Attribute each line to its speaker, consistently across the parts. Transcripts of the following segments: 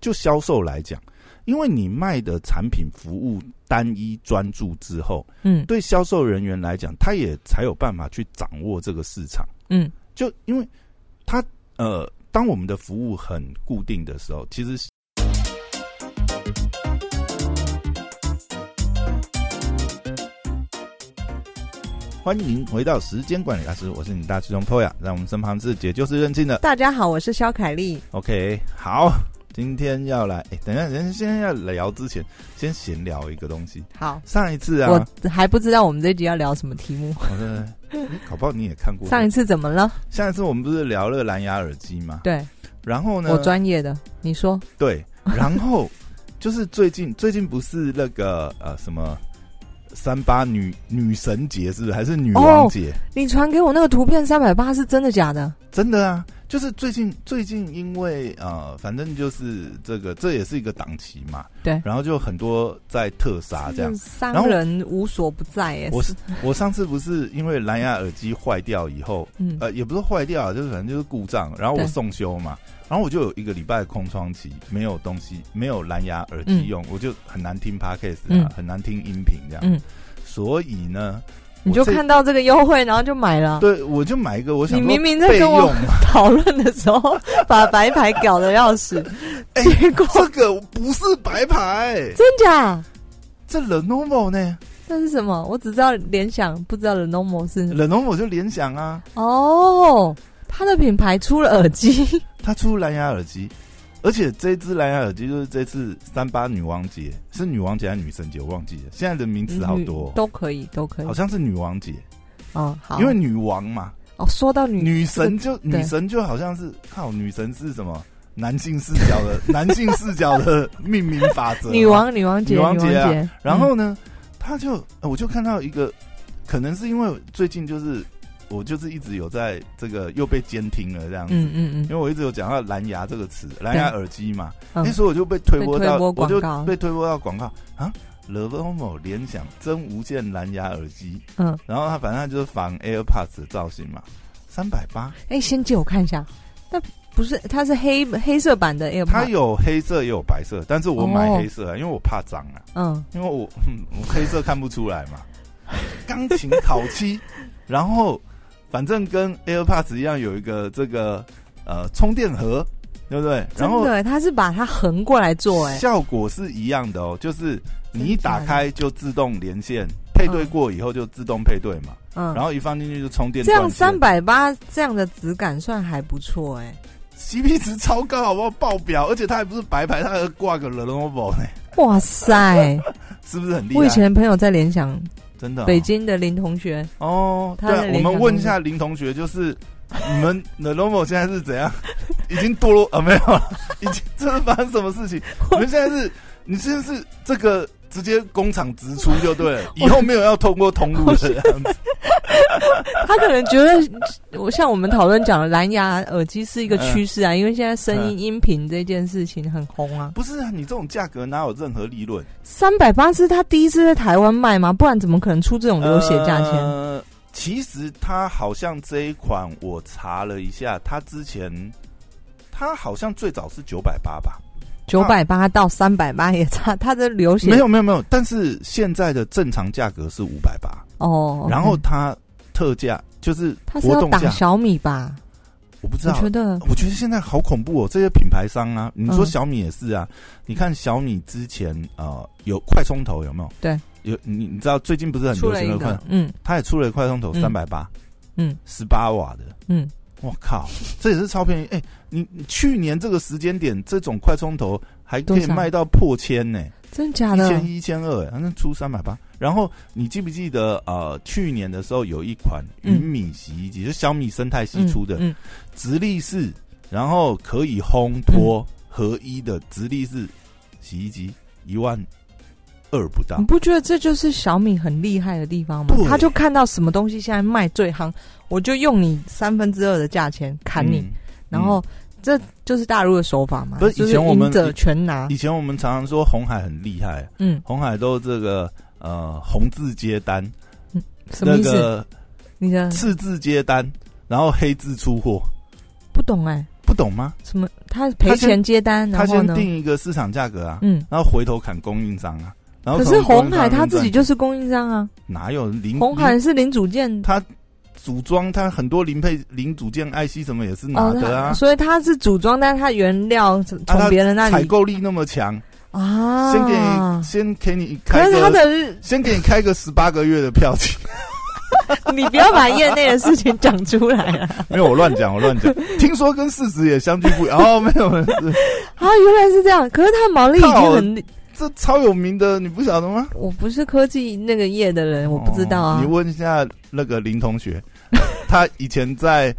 Speaker 1: 就销售来讲，因为你卖的产品服务单一专注之后，
Speaker 2: 嗯
Speaker 1: 对销售人员来讲，他也才有办法去掌握这个市场。
Speaker 2: 嗯
Speaker 1: 就因为他呃，当我们的服务很固定的时候，其实欢迎回到时间管理大师，我是你大师兄 Poya，让我们身旁是解就是任性的。
Speaker 2: 大家好，我是肖凯丽。
Speaker 1: OK，好，今天要来，哎，等一下，人现在要聊之前，先闲聊一个东西。
Speaker 2: 好，
Speaker 1: 上一次啊，
Speaker 2: 我还不知道我们这集要聊什么题目。
Speaker 1: 我的，哎搞不好你也看过。
Speaker 2: 上一次怎么了？
Speaker 1: 上一次我们不是聊了蓝牙耳机吗？
Speaker 2: 对
Speaker 1: 然后呢，
Speaker 2: 我专业的，你说
Speaker 1: 对，然后 就是最近最近不是那个呃什么三八女女神节是不是？还是女王节？
Speaker 2: 你传给我那个图片三百八是真的假的？
Speaker 1: 真的啊，就是最近最近因为呃，反正就是这个这也是一个档期嘛，
Speaker 2: 对
Speaker 1: 然后就很多在特杀这样
Speaker 2: 是。商
Speaker 1: 然后
Speaker 2: 人无所不在耶。
Speaker 1: 我是我上次不是因为蓝牙耳机坏掉以后，
Speaker 2: 嗯
Speaker 1: 呃，也不是坏掉啊，就是反正就是故障，然后我
Speaker 2: 对
Speaker 1: 送修嘛，然后我就有一个礼拜的空窗期，没有东西，没有蓝牙耳机用，我就很难听 podcast 啊，
Speaker 2: 嗯
Speaker 1: 很难听音频这样，
Speaker 2: 嗯
Speaker 1: 所以呢，
Speaker 2: 你就
Speaker 1: 我这
Speaker 2: 看到这个优惠，然后就买了。
Speaker 1: 对我就买一个，我想
Speaker 2: 你
Speaker 1: 说
Speaker 2: 明明在
Speaker 1: 备
Speaker 2: 跟我
Speaker 1: 用嘛
Speaker 2: 讨论的时候，把白牌搞得要死，
Speaker 1: 哎
Speaker 2: 结果
Speaker 1: 这个不是白牌，
Speaker 2: 真假？
Speaker 1: 这 Lenovo 呢
Speaker 2: 这是什么？我只知道联想，不知道 Lenovo 是
Speaker 1: ，Lenovo 就联想啊，
Speaker 2: 哦，它的品牌出了耳机，
Speaker 1: 它出蓝牙耳机。而且这只蓝牙耳机就是这次三八女王节，是女王节还是女神节？我忘记了。现在的名词好多哦、
Speaker 2: 嗯都可以，都可以
Speaker 1: 好。像是女王节，
Speaker 2: 哦，好，
Speaker 1: 因为女王嘛，
Speaker 2: 哦，说到女
Speaker 1: 女神就
Speaker 2: 个 对
Speaker 1: 女神就好像是靠女神是什么男性视角的男性视角的命名法则嘛
Speaker 2: 女。王女王节，
Speaker 1: 女王节啊
Speaker 2: 节
Speaker 1: 然后呢，他就呃我就看到一个，可能是因为最近就是我就是一直有在这个又被监听了这样子。
Speaker 2: 嗯嗯
Speaker 1: 因为我一直有讲到蓝牙这个词，蓝牙耳机嘛，
Speaker 2: 嗯
Speaker 1: 那时候我就被推播到，
Speaker 2: 被推播
Speaker 1: 我
Speaker 2: 广告
Speaker 1: 就被推播到广告啊，Lenovo 联想真无线蓝牙耳机，
Speaker 2: 嗯嗯，
Speaker 1: 然后它反正它就是仿 AirPods 的造型嘛，三百八，
Speaker 2: 哎，先借我看一下，那不是它是黑黑色版的哎 a i r
Speaker 1: 它有黑色也有白色，但是我买
Speaker 2: 哦
Speaker 1: 黑色啊，因为我怕脏啊，
Speaker 2: 嗯，
Speaker 1: 因为我、 嗯我黑色看不出来嘛， 钢琴烤漆，然后反正跟 AirPods 一样有一个这个呃充电盒，对不对？
Speaker 2: 真
Speaker 1: 然后
Speaker 2: 的，它是把它横过来做，哎，
Speaker 1: 效果是一样的哦，就是你一
Speaker 2: 真假
Speaker 1: 打
Speaker 2: 的
Speaker 1: 开就自动连线，配对过以后就自动配对嘛，然
Speaker 2: 嗯，
Speaker 1: 后一放进去就充电
Speaker 2: 这样
Speaker 1: 断线
Speaker 2: 三百八这样的质感算还不错，哎，
Speaker 1: CP 值超高，好不好？爆表，而且它还不是白牌，它还挂个 Lenovo 呢、
Speaker 2: 哇塞，
Speaker 1: 是不是 很厉害？
Speaker 2: 我以前朋友在联想，
Speaker 1: 真的哦、
Speaker 2: 北京的林同学，
Speaker 1: 哦，
Speaker 2: 他
Speaker 1: 对啊、
Speaker 2: 在
Speaker 1: 我
Speaker 2: 联想
Speaker 1: 们问一下林同学，就是你们 Lenovo 现在是怎样？ 已经堕落啊？没有了， 已经这是发生什么事 情？你们现在是，你现在是这个直接工厂直出就对 了，以后没有要通过通路的啊样子。
Speaker 2: 他可能觉得，我像我们讨论讲的蓝牙耳机是一个
Speaker 1: 嗯
Speaker 2: 趋势啊，因为现在声音音频这件事情很红啊。
Speaker 1: 不是啊，你这种价格哪有任何利润？
Speaker 2: 三百八是他第一次在台湾卖吗？不然怎么可能出这种流血哦价钱？
Speaker 1: 呃其实它好像这一款，我查了一下，它之前它好像最早是九百八吧？
Speaker 2: 九百八到三百八也差，他的流血
Speaker 1: 没有没有没有，但是现在的正常价格是五百八，
Speaker 2: 哦。
Speaker 1: 然后
Speaker 2: 嗯
Speaker 1: 它特价就是
Speaker 2: 他是
Speaker 1: 活
Speaker 2: 要
Speaker 1: 动
Speaker 2: 挡
Speaker 1: 价，
Speaker 2: 小米吧？
Speaker 1: 我不知
Speaker 2: 我
Speaker 1: 道。
Speaker 2: 觉得
Speaker 1: 我觉得现在好恐怖哦，这些品牌商啊，你说
Speaker 2: 嗯
Speaker 1: 小米也是啊，你看小米之前呃有快充头有没有？
Speaker 2: 对，
Speaker 1: 有你你知道最近不是很
Speaker 2: 出
Speaker 1: 流
Speaker 2: 了
Speaker 1: 行
Speaker 2: 一
Speaker 1: 的快
Speaker 2: 个，嗯
Speaker 1: 它也出了快充头
Speaker 2: 嗯
Speaker 1: 三百八，
Speaker 2: 嗯，
Speaker 1: 十八瓦的，
Speaker 2: 嗯，
Speaker 1: 我靠，这也是超便宜。哎、你你去年这个时间点，这种快充头还可
Speaker 2: 多
Speaker 1: 以
Speaker 2: 少
Speaker 1: 卖到破千呢、
Speaker 2: 真假
Speaker 1: 一
Speaker 2: 的？
Speaker 1: 千一一千二，反正出三百八。然后你记不记得呃，去年的时候有一款
Speaker 2: 嗯
Speaker 1: 云米洗衣机，就小米生态系出的、
Speaker 2: 嗯，
Speaker 1: 直立式，然后可以烘托合一的直立式洗衣机，一万二不到
Speaker 2: 嗯你。不觉得这就是小米很厉害的地方吗
Speaker 1: 对？
Speaker 2: 他就看到什么东西现在卖最夯，我就用你三分之二的价钱砍你。
Speaker 1: 嗯
Speaker 2: 然后、这就是大陆的手法嘛，
Speaker 1: 不是
Speaker 2: 就
Speaker 1: 以前我们
Speaker 2: 赢者全拿，
Speaker 1: 以前我们常常说红海很厉害，
Speaker 2: 嗯，
Speaker 1: 红海都这个呃红字接单，
Speaker 2: 什么
Speaker 1: 那
Speaker 2: 意思？
Speaker 1: 个
Speaker 2: 你的
Speaker 1: 赤字接单，然后黑字出货，
Speaker 2: 不懂哎、
Speaker 1: 不懂吗？
Speaker 2: 什么他赔钱接单，
Speaker 1: 他
Speaker 2: 然后
Speaker 1: 先
Speaker 2: 呢？
Speaker 1: 定一个市场价格啊，
Speaker 2: 嗯，
Speaker 1: 然后回头砍供应商啊。然后
Speaker 2: 可
Speaker 1: 从
Speaker 2: 是
Speaker 1: 供
Speaker 2: 红
Speaker 1: 应商
Speaker 2: 海他
Speaker 1: 那边嗯
Speaker 2: 自己
Speaker 1: 赚
Speaker 2: 就是供应商啊，
Speaker 1: 哪有零
Speaker 2: 红海是零组件
Speaker 1: 他组装，他很多零配零组件 IC 什么也是拿
Speaker 2: 哦，
Speaker 1: 的
Speaker 2: 他
Speaker 1: 啊，
Speaker 2: 所以他是组装，但是他原料从
Speaker 1: 啊他
Speaker 2: 从别人那
Speaker 1: 采
Speaker 2: 里
Speaker 1: 购力那么强，
Speaker 2: 啊，
Speaker 1: 先给你先给你
Speaker 2: 可
Speaker 1: 开
Speaker 2: 是他
Speaker 1: 个
Speaker 2: 的，
Speaker 1: 先给你开个十八个月的票期，
Speaker 2: 你不要把业内的事情讲出来啊！
Speaker 1: 没有我乱讲我乱讲，听说跟事实也相距不远。哦，没有，是
Speaker 2: 啊，原来是这样，可是他的毛利已经很厉，
Speaker 1: 这超有名的，你不晓得吗？
Speaker 2: 我不是科技那个业的人，我不知道
Speaker 1: 哦
Speaker 2: 啊
Speaker 1: 你。问一下那个林同学， 他以前在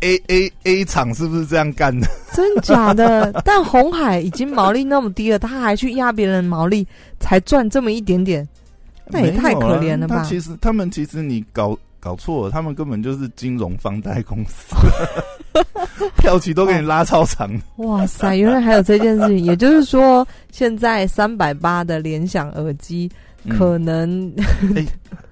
Speaker 1: A A A 厂是不是这样干的？
Speaker 2: 真假的？但红海已经毛利那么低了，他还去压别人毛利，才赚这么一点点， 那也太可怜了
Speaker 1: 没
Speaker 2: 吧
Speaker 1: 有啊他其实他们其实你搞搞错了，他们根本就是金融放贷公 司，票期都给你拉超长。
Speaker 2: 哇塞！原来还有这件事 情，也就是说，现在三百八的联想耳机
Speaker 1: 嗯
Speaker 2: 哦可嗯能、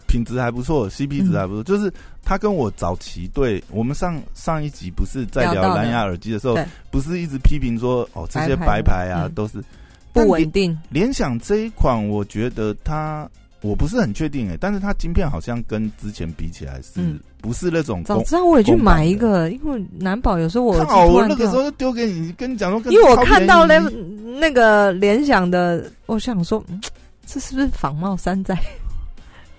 Speaker 1: 品质还不错，CP 值还不错，就是他跟我早期对我们上上一集不是在
Speaker 2: 聊到
Speaker 1: 聊
Speaker 2: 的
Speaker 1: 蓝牙耳机的时候
Speaker 2: 对，
Speaker 1: 不是一直批评说哦这些白
Speaker 2: 白牌
Speaker 1: 牌啊
Speaker 2: 嗯
Speaker 1: 都是
Speaker 2: 不
Speaker 1: 但
Speaker 2: 稳定。
Speaker 1: 联想这一款，我觉得它我不是很确定诶、欸但是它晶片好像跟之前比起来是、
Speaker 2: 嗯
Speaker 1: 不是那种
Speaker 2: 早
Speaker 1: 公？
Speaker 2: 知道我也去买一个，因为难保有时候我耳机
Speaker 1: 靠！
Speaker 2: 突
Speaker 1: 我
Speaker 2: 然
Speaker 1: 那个
Speaker 2: 掉
Speaker 1: 时候就丢给你，跟你讲说跟，
Speaker 2: 因为我看到
Speaker 1: 那
Speaker 2: 那那个联想的，我想说，嗯，这是不是仿冒山寨？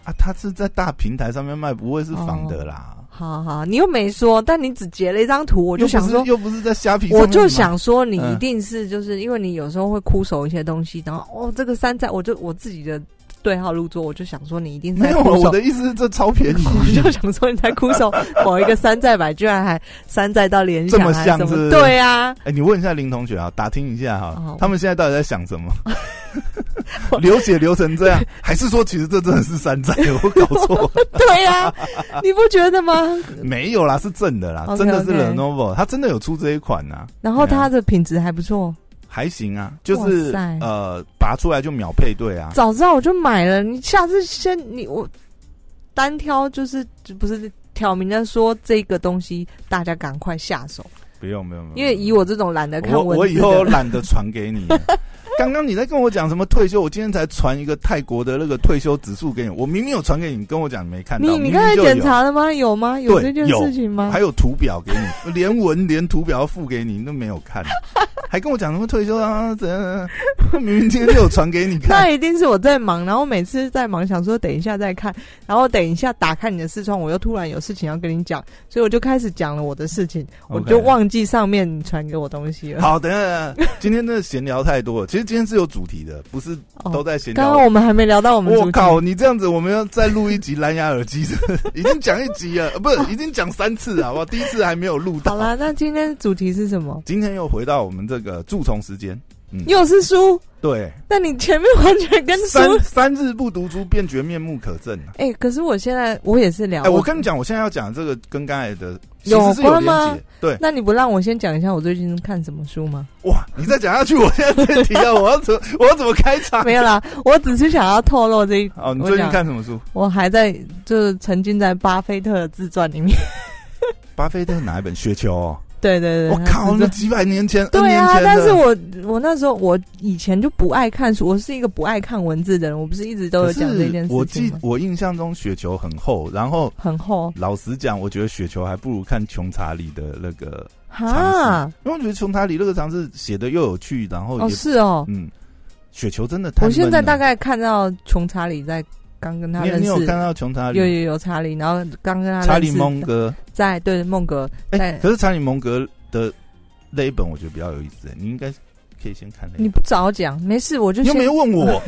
Speaker 1: 啊，它是在大平台上面卖，不会是仿的啦。
Speaker 2: 好好，你又没说，但你只截了一张哦图，我
Speaker 1: 我
Speaker 2: 就想说，
Speaker 1: 又不是在虾皮，
Speaker 2: 我就想说，你
Speaker 1: 嗯
Speaker 2: 一定是就是因为你有时候会哭守一些东西，然后哦，这个山寨，我就我自己的对号入座，我就想说你一定是
Speaker 1: 没
Speaker 2: 在
Speaker 1: 有，
Speaker 2: 哭
Speaker 1: 我
Speaker 2: 守。
Speaker 1: 的意思是这超 便宜，
Speaker 2: 我就想说你在哭守某一个山寨版，居然还山寨到联想
Speaker 1: 这么
Speaker 2: 还
Speaker 1: 像
Speaker 2: 什么
Speaker 1: 是不是
Speaker 2: 对啊，
Speaker 1: 哎、你问一下林同学啊，打听一下哈、
Speaker 2: 哦
Speaker 1: 他们现在到底在想什 么？流血流成这样，还是说其实这真的是山寨？我搞错了，
Speaker 2: 对啊，你不觉得吗？
Speaker 1: 没有啦，是真的啦
Speaker 2: OK，OK
Speaker 1: 真的是 Lenovo，它真的有出这一款呐、
Speaker 2: 然后它的品质还不错，
Speaker 1: 还行啊，就是
Speaker 2: 哇塞
Speaker 1: 呃，拔出来就秒配对啊。
Speaker 2: 早知道我就买了。你下次先你我单挑就是不是挑明了说这个东西大家赶快下手，
Speaker 1: 不用不用，不用
Speaker 2: 因为以我这种懒得看
Speaker 1: 我
Speaker 2: 文
Speaker 1: 我
Speaker 2: 字
Speaker 1: 以
Speaker 2: 的
Speaker 1: 后
Speaker 2: 人
Speaker 1: 懒得传给你 了。刚刚你在跟我讲什么退休？我今天才传一个泰国的那个退休指数给你，我明明有传给你，你跟我讲你没看到。
Speaker 2: 你
Speaker 1: 明
Speaker 2: 你
Speaker 1: 明
Speaker 2: 刚才
Speaker 1: 就有
Speaker 2: 检查了吗？有吗？有这
Speaker 1: 对
Speaker 2: 件
Speaker 1: 有
Speaker 2: 事情吗
Speaker 1: 还？有图表给你， 连文连图表都附给你，那没有看，还跟我讲什么退休啊？怎样怎样？明明今天就有传给你看
Speaker 2: 那，一定是我在忙，然后每次在忙，想说等一下再看，然后等一下打开你的视窗，我又突然有事情要跟你讲，所以我就开始讲了我的事情我
Speaker 1: OK
Speaker 2: 就忘记上面你传给我东西 了。
Speaker 1: 好，等一下，等一下今天真的闲聊太多了。其实今天是有主题的，不是
Speaker 2: 哦
Speaker 1: 都在闲
Speaker 2: 刚
Speaker 1: 聊。
Speaker 2: 刚我们还没聊到我们主
Speaker 1: 我
Speaker 2: 题
Speaker 1: 靠！你这样子，我们要再录一集蓝牙耳机的，已经讲一集 了，呃不是已经讲三次啊！我第一次还没有录
Speaker 2: 好
Speaker 1: 到。
Speaker 2: 啦，那今天主题是什么？
Speaker 1: 今天又回到我们这个蛀虫时间，
Speaker 2: 又是书，
Speaker 1: 对，
Speaker 2: 但你前面完全跟书
Speaker 1: 三。三日不读书，便觉面目可憎啊！
Speaker 2: 哎、可是我现在我也是聊。
Speaker 1: 哎、我跟你讲，我现在要讲这个跟刚才的其
Speaker 2: 有
Speaker 1: 实是有连
Speaker 2: 关吗
Speaker 1: 结。对，
Speaker 2: 那你不让我先讲一下我最近看什么书吗？
Speaker 1: 哇，你再讲下去，我现在这题啊，我要怎我要怎么开场？
Speaker 2: 没有啦，我只是想要透露这一，
Speaker 1: 哦，你
Speaker 2: 我
Speaker 1: 最近
Speaker 2: 讲
Speaker 1: 看什么书？
Speaker 2: 我还在就是沉浸在巴菲特的自传里面。
Speaker 1: 巴菲特哪一本？雪球、哦。
Speaker 2: 对对对，
Speaker 1: 我靠，那
Speaker 2: 他自传
Speaker 1: 几百年前，N
Speaker 2: 对
Speaker 1: 年
Speaker 2: 啊，
Speaker 1: 前的
Speaker 2: 但是我我那时候我以前就不爱看书，我是一个不爱看文字的人，我不是一直都有
Speaker 1: 可
Speaker 2: 讲这件
Speaker 1: 是
Speaker 2: 事情吗
Speaker 1: 我记我印象中雪球很厚，然后
Speaker 2: 很厚
Speaker 1: 老实讲，我觉得雪球还不如看穷查理的那个尝
Speaker 2: 哈
Speaker 1: 试，，因为我觉得穷查理那个尝试写的又有趣，然后
Speaker 2: 哦
Speaker 1: 也、
Speaker 2: 是哦，
Speaker 1: 嗯，雪球真的太闷
Speaker 2: 我
Speaker 1: 了
Speaker 2: 现在大概看到穷查理在刚跟他
Speaker 1: 你有
Speaker 2: 认
Speaker 1: 你有
Speaker 2: 识，
Speaker 1: 看到穷查理
Speaker 2: 有有有查理，然后刚跟他
Speaker 1: 查
Speaker 2: 认
Speaker 1: 理
Speaker 2: 识
Speaker 1: 蒙格，
Speaker 2: 在对孟格
Speaker 1: 哎、
Speaker 2: 在
Speaker 1: 可是查理蒙格的那一本我觉得比较有意思，欸你应该可以先看那一
Speaker 2: 你
Speaker 1: 本。
Speaker 2: 不早讲，没事，我就
Speaker 1: 你又
Speaker 2: 先
Speaker 1: 没有问 我，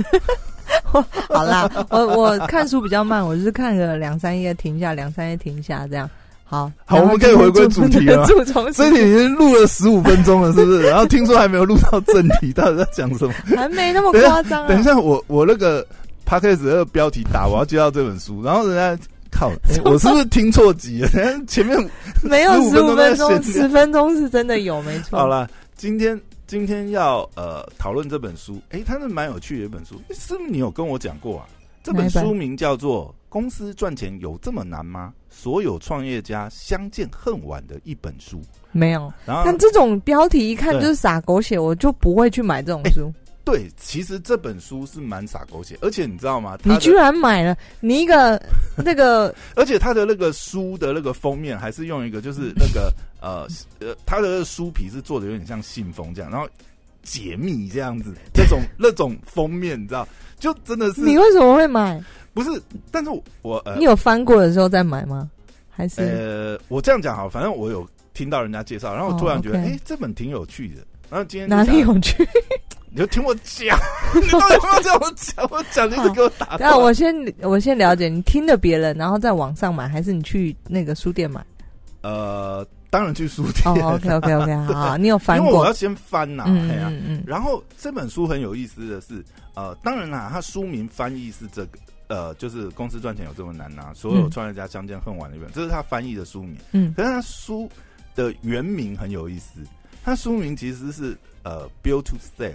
Speaker 2: 好啦。我我看书比较慢，我就是看个两三页停下，两三页停下这样。好，
Speaker 1: 好
Speaker 2: 然后
Speaker 1: 我们可以回归主题了
Speaker 2: 就是重
Speaker 1: 所以你已经录了十五分钟了，是不是？然后听说还没有录到正题，到底在讲什么？
Speaker 2: 还没那么夸张、啊。
Speaker 1: 等一，下，我我那个 p a c k a g e 的标题打，我要介绍这本书，然后人家 靠，哎我是不是听错集了？ 人家前面
Speaker 2: 没有
Speaker 1: 15
Speaker 2: 十五分
Speaker 1: 分
Speaker 2: 钟，
Speaker 1: 钟在闲
Speaker 2: 十分钟是真的有，没错。
Speaker 1: 好，了，今天今天要呃讨论这本书，哎、它是蛮有趣的一本书，是不是你有跟我讲过啊？这本
Speaker 2: 哪一本
Speaker 1: 书名叫做《公司赚钱有这么难吗？所有创业家相见恨晚的一本书。
Speaker 2: 没有。
Speaker 1: 然后
Speaker 2: 但这种标题一看
Speaker 1: 啊对哎
Speaker 2: 就是傻狗血，我就不会去买这种书。
Speaker 1: 对，其实这本书是蛮傻狗血，而且你知道吗？它
Speaker 2: 你
Speaker 1: 的
Speaker 2: 居然买了，你 一个那个
Speaker 1: 而且它的那个书的那个封面还是用一个就是那个呃呃，它的书皮是做的有点像信封这样，然后解密这样子，这 种那种封面，你知道，就真的是
Speaker 2: 你为什么会买？
Speaker 1: 不是？但是我我呃
Speaker 2: 你有翻过的时候再买吗？还是
Speaker 1: 呃，我这样讲好，反正我有听到人家介绍，然后我突然觉得，
Speaker 2: 哦
Speaker 1: 哎、
Speaker 2: ，OK
Speaker 1: 这本挺有趣的。然后今天就
Speaker 2: 哪
Speaker 1: 想
Speaker 2: 里有趣？
Speaker 1: 你就听我讲， 你到底有没有叫我讲？我讲你就给我 打断。
Speaker 2: 那我先我先了解，你听着别人，然后在网上买，还是你去那个书店买？
Speaker 1: 呃，当然去书店，
Speaker 2: 哦，OK OK OK，好，你有翻
Speaker 1: 因为我
Speaker 2: 过
Speaker 1: 要？先翻呐、
Speaker 2: 嗯
Speaker 1: 嘿啊
Speaker 2: 嗯嗯，
Speaker 1: 然后这本书很有意思的是，呃，当然啦，它书名翻译是这个，呃，就是公司赚钱有这么难呐、所有
Speaker 2: 嗯
Speaker 1: 创业家相见恨晚的一本，这是他翻译的书名。
Speaker 2: 嗯
Speaker 1: 可是他书的原名很有意思，他书名其实是呃 “build to sell”，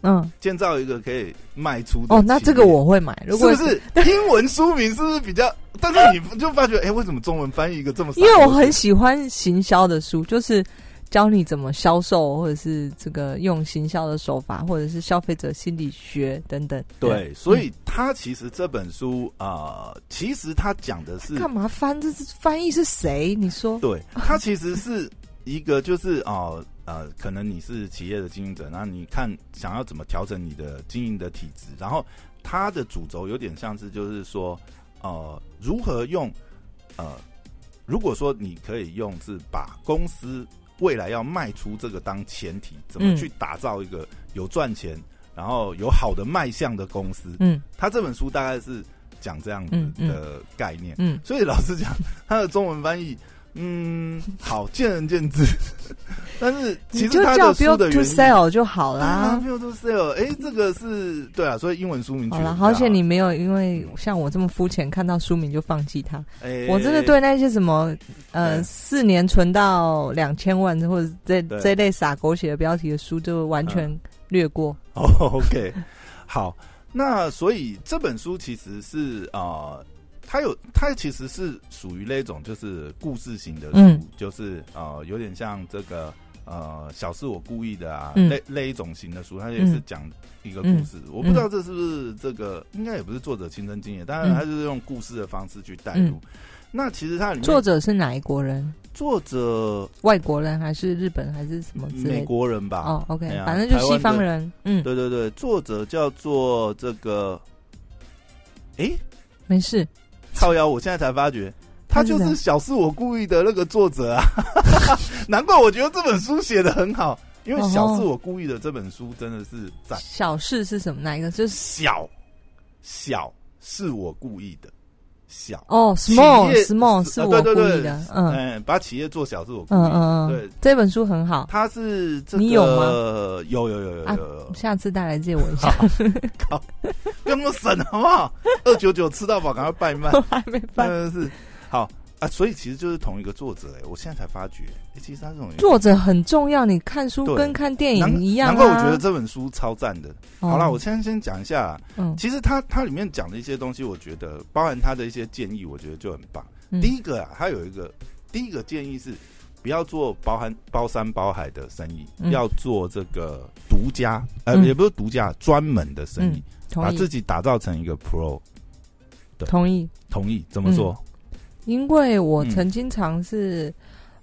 Speaker 2: 嗯，
Speaker 1: 建造一个可以卖出的。
Speaker 2: 哦，那这个。我会买，如果
Speaker 1: 是不是 英文书名是不是比较？但是你就发觉，哎、为什么中文翻译一个这么傻
Speaker 2: 因
Speaker 1: 狗血？
Speaker 2: 为我很喜欢行销的书，就是教你怎么销售，或者是这个用行销的手法，或者是消费者心理学等等。
Speaker 1: 对，所以他其实这本书啊、呃其实他讲的是
Speaker 2: 嗯干嘛翻？这是翻译是谁？你说
Speaker 1: 对，它其实是一个就是哦呃，可能你是企业的经营者，然后你看想要怎么调整你的经营的体质，然后它的主轴有点像是就是说呃，如何用呃，如果说你可以用是把公司未来要卖出这个当前提，怎么
Speaker 2: 嗯
Speaker 1: 去打造一个有赚钱。然后有好的卖相的公司，
Speaker 2: 嗯
Speaker 1: 他这本书大概是讲这样子
Speaker 2: 嗯嗯
Speaker 1: 的概念。
Speaker 2: 嗯，
Speaker 1: 所以老实讲，它的中文翻译，嗯，好见仁见智。 但是其
Speaker 2: 你
Speaker 1: 实
Speaker 2: 就
Speaker 1: 它
Speaker 2: 叫
Speaker 1: 的书
Speaker 2: build
Speaker 1: 的
Speaker 2: to
Speaker 1: 原意
Speaker 2: sell 就好啦
Speaker 1: 啊。，build to sell，哎、这个是对啊，所以英文书名取
Speaker 2: 好
Speaker 1: 得啊
Speaker 2: 啦，
Speaker 1: 比较
Speaker 2: 好险你，没有因为像我这么肤浅，看到书名就放弃它。
Speaker 1: 哎
Speaker 2: 我真的对那些什么呃
Speaker 1: 对
Speaker 2: 四年存到两千万或者这
Speaker 1: 对嗯
Speaker 2: 这类傻狗血的标题的书，就完全略过。
Speaker 1: 哦，OK，好，那所以这本书其实是啊。呃它有，它其实是属于那种就是故事型的书，
Speaker 2: 嗯
Speaker 1: 就是呃，有点像这个呃，小事我故意的啊，
Speaker 2: 嗯
Speaker 1: 那那一种型的书，它也是
Speaker 2: 嗯
Speaker 1: 讲一个故事。我不知道这是不是这个，应该也不是作者亲身经验，当然
Speaker 2: 嗯
Speaker 1: 他就是用故事的方式去带入。那其实它里面
Speaker 2: 作者是哪一国人？
Speaker 1: 作者嗯
Speaker 2: 外国人还是日本还是什么之类
Speaker 1: 美
Speaker 2: 的？
Speaker 1: 国人吧，
Speaker 2: 哦，OK，
Speaker 1: 哎呀
Speaker 2: 反正就西方
Speaker 1: 台湾的
Speaker 2: 人，嗯，
Speaker 1: 对对对，作者叫做这个，诶。
Speaker 2: 没事。
Speaker 1: 靠腰，我现在才发觉，他就
Speaker 2: 真
Speaker 1: 是
Speaker 2: 的
Speaker 1: 小事我故意的那个作者啊， 难怪我觉得这本书写的很好，因为小事我故意的这本书真的是赞，
Speaker 2: 小事是什么？哪一个？就是
Speaker 1: 小小是我故意的小，
Speaker 2: 哦
Speaker 1: 企业
Speaker 2: ，small small 是
Speaker 1: 啊
Speaker 2: 我故
Speaker 1: 对对
Speaker 2: 意
Speaker 1: 对
Speaker 2: 的，嗯
Speaker 1: 嗯，把企业做小是我故意
Speaker 2: 嗯
Speaker 1: 的，
Speaker 2: 嗯
Speaker 1: 对
Speaker 2: 嗯，，这本书很好，
Speaker 1: 他是这个
Speaker 2: 你有
Speaker 1: 有有有有有
Speaker 2: 啊
Speaker 1: 有，
Speaker 2: 下次带来借我 一下，
Speaker 1: 不要那么省好不好？二九九吃到饱，赶快拜 卖。
Speaker 2: 我还没翻。
Speaker 1: 真的是好啊，所以其实就是同一个作者哎、我现在才发觉，哎、其实他这种
Speaker 2: 作者很重要，你看书
Speaker 1: 对
Speaker 2: 跟看电
Speaker 1: 难
Speaker 2: 影一样啊。
Speaker 1: 难怪我觉得这本书超赞的。
Speaker 2: 哦
Speaker 1: 好啦，我先先讲一下啦，
Speaker 2: 嗯
Speaker 1: 其实它它里面讲的一些东西，我觉得包含它的一些建议，我觉得就很棒。
Speaker 2: 嗯
Speaker 1: 第一个啊，它有一个第一个建议是。不要做包含包山包海的生意，
Speaker 2: 嗯
Speaker 1: 要做这个独家，呃，
Speaker 2: 嗯
Speaker 1: 也不是独家，专门的生意，把
Speaker 2: 同
Speaker 1: 自
Speaker 2: 意
Speaker 1: 己打造成一个 pro。
Speaker 2: 同意，
Speaker 1: 同意怎么说？
Speaker 2: 嗯因为我
Speaker 1: 嗯
Speaker 2: 曾经尝试，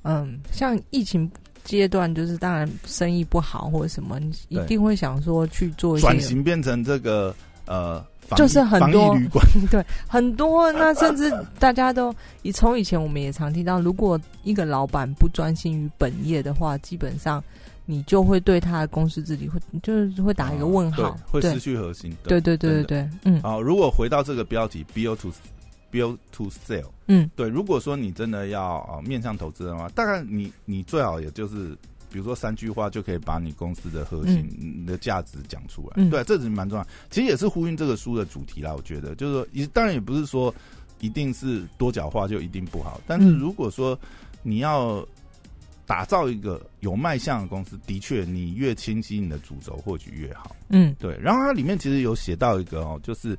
Speaker 2: 嗯，像疫情阶段，就是当然生意不好或者什么，你一
Speaker 1: 对
Speaker 2: 定会想说去做一
Speaker 1: 转
Speaker 2: 些
Speaker 1: 型变成这个呃，防疫
Speaker 2: 就是很
Speaker 1: 防
Speaker 2: 多
Speaker 1: 疫旅馆，
Speaker 2: 对很多。那甚至大家都以从以前我们也常听到，如果一个老板不专心于本业的话，基本上你就会对他的公司治理会就是会打一个问号
Speaker 1: 对，会
Speaker 2: 对
Speaker 1: 失去核心。
Speaker 2: 对对对对对，嗯
Speaker 1: 好，如果回到这个标题 “build to build to sell”，
Speaker 2: 嗯，
Speaker 1: 对，如果说你真的要呃面向投资人的话，大概你你最好也就是比如说三句话就可以把你公司的核心、你的价值讲出来。
Speaker 2: 嗯
Speaker 1: 对，这是蛮重要。其实也是呼应这个书的主题啦，我觉得就是说，也当然也不是说一定是多角化就一定不好，但是
Speaker 2: 嗯
Speaker 1: 如果说你要。打造一个有卖相的公司，的确，你越清晰你的主轴，或许越好。
Speaker 2: 嗯
Speaker 1: 对，然后它里面其实有写到一个哦，就是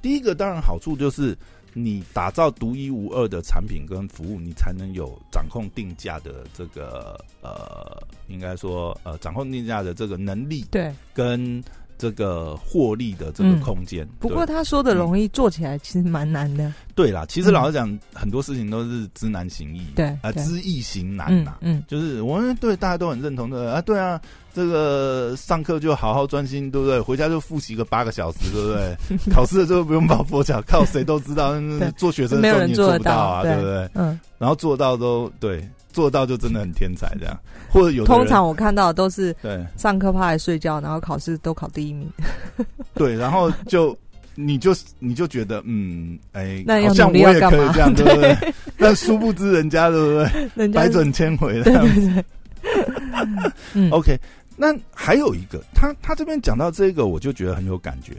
Speaker 1: 第一个当然好处就是你打造独一无二的产品跟服务，你才能有掌控定价的这个呃，应该说呃，掌控定价的这个能力
Speaker 2: 对。
Speaker 1: 跟这个获利的这个
Speaker 2: 嗯
Speaker 1: 空间。
Speaker 2: 不
Speaker 1: 对
Speaker 2: 过他说的容易，做起来其实蛮难的。
Speaker 1: 对啦，其实
Speaker 2: 嗯
Speaker 1: 老实讲，很多事情都是知难行易，
Speaker 2: 对
Speaker 1: 啊，
Speaker 2: 对
Speaker 1: 知易行难啊
Speaker 2: 嗯
Speaker 1: 呐。
Speaker 2: 嗯，
Speaker 1: 就是我们对大家都很认同的啊，对啊，这个上课就好好专心，对不对？回家就复习个八个小时，对不对？ 考试的时候不用抱佛脚，靠谁都知道。
Speaker 2: 对
Speaker 1: 做学生的时候你也做不到啊，
Speaker 2: 没
Speaker 1: 对
Speaker 2: 有人
Speaker 1: 不对？
Speaker 2: 做嗯，
Speaker 1: 然后做到都对，做到就真的很天才这样，或者有的
Speaker 2: 通
Speaker 1: 人
Speaker 2: 常我看到的都是
Speaker 1: 对
Speaker 2: 上课趴来睡觉，然后考试都考第一名。
Speaker 1: 对，然后就。你就你就觉得嗯，哎、
Speaker 2: 那要
Speaker 1: 好像
Speaker 2: 努
Speaker 1: 我
Speaker 2: 力要
Speaker 1: 也
Speaker 2: 干
Speaker 1: 可以
Speaker 2: 嘛
Speaker 1: 这样，对不 对？但殊不知人家，对不对？
Speaker 2: 人家
Speaker 1: 百转千回的
Speaker 2: 对。对对，嗯
Speaker 1: OK，那还有一个，他他这边讲到这个，我就觉得很有感觉，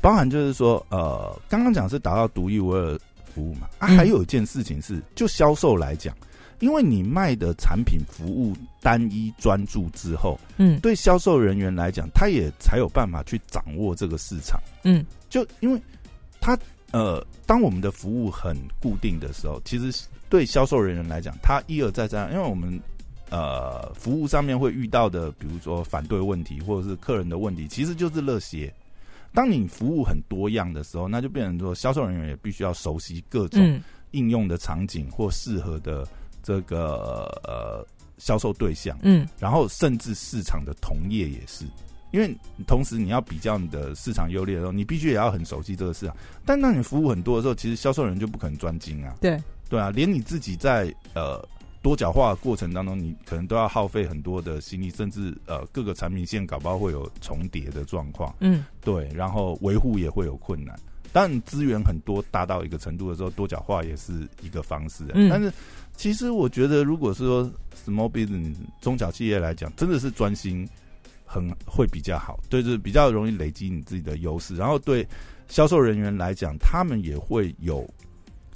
Speaker 1: 包含就是说，呃，刚刚讲是达到独一无二的服务嘛，啊，
Speaker 2: 嗯
Speaker 1: 还有一件事情是，就销售来讲，因为你卖的产品服务单一专注之后，
Speaker 2: 嗯
Speaker 1: 对销售人员来讲，他也才有办法去掌握这个市场，
Speaker 2: 嗯，
Speaker 1: 就因为他呃，当我们的服务很固定的时候，其实对销售人员来讲，他一而再再而，因为我们呃服务上面会遇到的，比如说反对问题或者是客人的问题，其实就是热些。当你服务很多样的时候，那就变成说，销售人员也必须要熟悉各种
Speaker 2: 嗯
Speaker 1: 应用的场景或适合的这个呃销售对象。
Speaker 2: 嗯
Speaker 1: 然后甚至市场的同业也是，因为同时你要比较你的市场优劣的时候，你必须也要很熟悉这个市场。但当你服务很多的时候，其实销售人就不可能专精啊。
Speaker 2: 对，
Speaker 1: 对啊，连你自己在呃多角化的过程当中，你可能都要耗费很多的心力，甚至呃各个产品线搞不好会有重叠的状况。
Speaker 2: 嗯
Speaker 1: 对，然后维护也会有困难。当然，资源很多大到一个程度的时候，多角化也是一个方式啊。
Speaker 2: 嗯
Speaker 1: 但是，其实我觉得，如果是说 small business 中小企业来讲，真的是专心很会比较好，对，就是比较容易累积你自己的优势。然后对销售人员来讲，他们也会有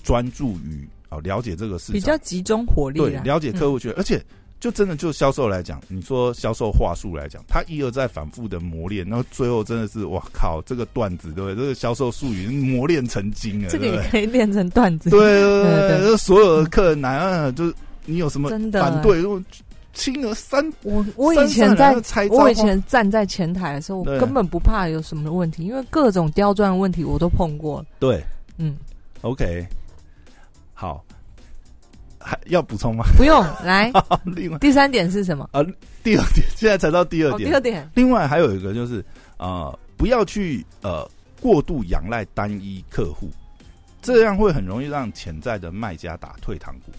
Speaker 1: 专注于哦了解这个市场，
Speaker 2: 比较集中火力嗯
Speaker 1: 对，
Speaker 2: 啦。
Speaker 1: 了解客户觉得，而且就真的就销售来讲，你说销售话术来讲，他一而再反复的磨练，然后最后真的是哇靠，这个段子对不对？这个销售术语磨练成精了，
Speaker 2: 这
Speaker 1: 对
Speaker 2: 个
Speaker 1: 不对？
Speaker 2: 也可以练成段子。
Speaker 1: 对 对
Speaker 2: 对
Speaker 1: 对
Speaker 2: 对
Speaker 1: 对，所有的客人来啊，就是你有什么
Speaker 2: 真的
Speaker 1: 反对，如果轻而三，
Speaker 2: 我我以
Speaker 1: 三上
Speaker 2: 前
Speaker 1: 来
Speaker 2: 在
Speaker 1: 就拆招
Speaker 2: 我以
Speaker 1: 话
Speaker 2: 前站在前台的时候，我
Speaker 1: 对
Speaker 2: 根本不怕有什么问题，因为各种刁钻的问题我都碰过了。
Speaker 1: 对
Speaker 2: 嗯，
Speaker 1: OK 好，还要补充吗？
Speaker 2: 不用。来，
Speaker 1: 另外
Speaker 2: 第三点是什么？
Speaker 1: 第二点，现在才到 第二
Speaker 2: 哦，
Speaker 1: 点
Speaker 2: 第，二点，
Speaker 1: 另外还有一个就是呃，不要去呃过度仰赖单一客户，这样会很容易让潜在的卖家打退堂鼓。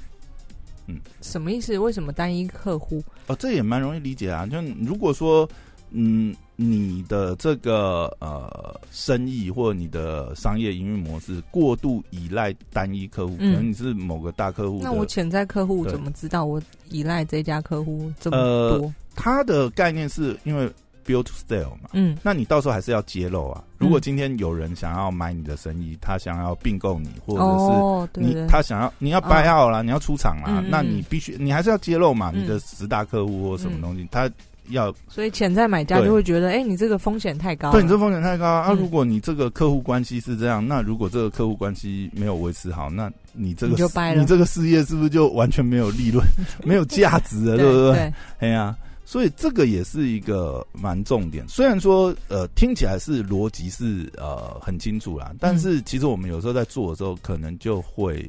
Speaker 2: 什么意思？为什么单一客户？
Speaker 1: 哦，这也蛮容易理解啊。就如果说，嗯，你的这个呃生意或你的商业营运模式过度依赖单一客户，
Speaker 2: 嗯
Speaker 1: 可能你是某个大客户
Speaker 2: 那我
Speaker 1: 的，
Speaker 2: 潜在客户
Speaker 1: 对
Speaker 2: 怎么知道我依赖这家客户这么
Speaker 1: 呃
Speaker 2: 多？
Speaker 1: 它的概念是因为 build to sell 嘛，
Speaker 2: 嗯
Speaker 1: 那你到时候还是要揭露啊。如果
Speaker 2: 嗯
Speaker 1: 今天有人想要买你的生意，他想要并购你，或者是
Speaker 2: 哦，对
Speaker 1: 你
Speaker 2: 对，
Speaker 1: 他想要你要
Speaker 2: 哦
Speaker 1: buy out 啦，你要出场啦
Speaker 2: 嗯嗯，
Speaker 1: 那
Speaker 2: 嗯
Speaker 1: 你必须你还是要揭露嘛，
Speaker 2: 嗯
Speaker 1: 你的十大客户或什么东西，他要
Speaker 2: 所以潜在买家
Speaker 1: 对
Speaker 2: 就会觉得，哎，你这个风险太高了。
Speaker 1: 对你这风险太高啊啊。
Speaker 2: 哦嗯
Speaker 1: 如果你这个客户关系是这样，那如果这个客户关系没有维持好，那你这个
Speaker 2: 你就
Speaker 1: 事
Speaker 2: 掰了
Speaker 1: 你这个事业是不是就完全没有利 润、没有价值了，
Speaker 2: 对
Speaker 1: 对不对？
Speaker 2: 对，
Speaker 1: 哎呀，所以这个也是一个蛮重点。虽然说呃听起来是逻辑是呃很清楚
Speaker 2: 嗯
Speaker 1: 啦，但是其实我们有时候在做的时候，可能就会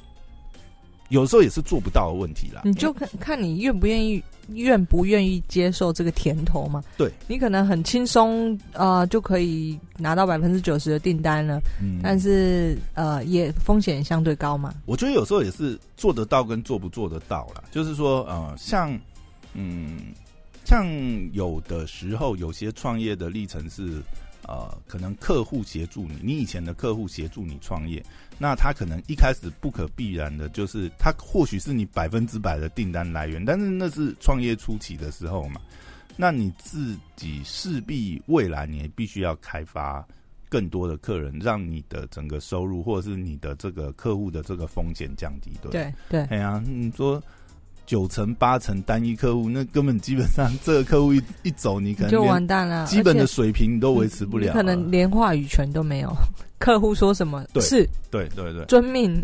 Speaker 1: 有时候也是做不到的问题啦。
Speaker 2: 你就看看你愿不愿意，愿不愿意接受这个甜头嘛？
Speaker 1: 对，
Speaker 2: 你可能很轻松，呃，就可以拿到百分之九十的订单了，
Speaker 1: 嗯
Speaker 2: 但是呃，也风险相对高嘛。
Speaker 1: 我觉得有时候也是做得到跟做不做得到啦。就是说呃像嗯像有的时候有些创业的历程是。呃，可能客户协助你，你以前的客户协助你创业，那他可能一开始不可避然的，就是他或许是你百分之百的订单来源，但是那是创业初期的时候嘛，那你自己势必未来你也必须要开发更多的客人，让你的整个收入或者是你的这个客户的这个风险降低，对不对？
Speaker 2: 对
Speaker 1: 哎
Speaker 2: 对，
Speaker 1: 呀，你说九成八成单一客户，那根本基本 上这个客户一一走，你可能
Speaker 2: 就
Speaker 1: 连
Speaker 2: 完蛋了。
Speaker 1: 基本的
Speaker 2: 而且
Speaker 1: 水平你都维持不了啊
Speaker 2: 你
Speaker 1: 了。
Speaker 2: 可能连话语权都没有。 客户说什么
Speaker 1: 对
Speaker 2: 是
Speaker 1: 对对对，
Speaker 2: 遵命，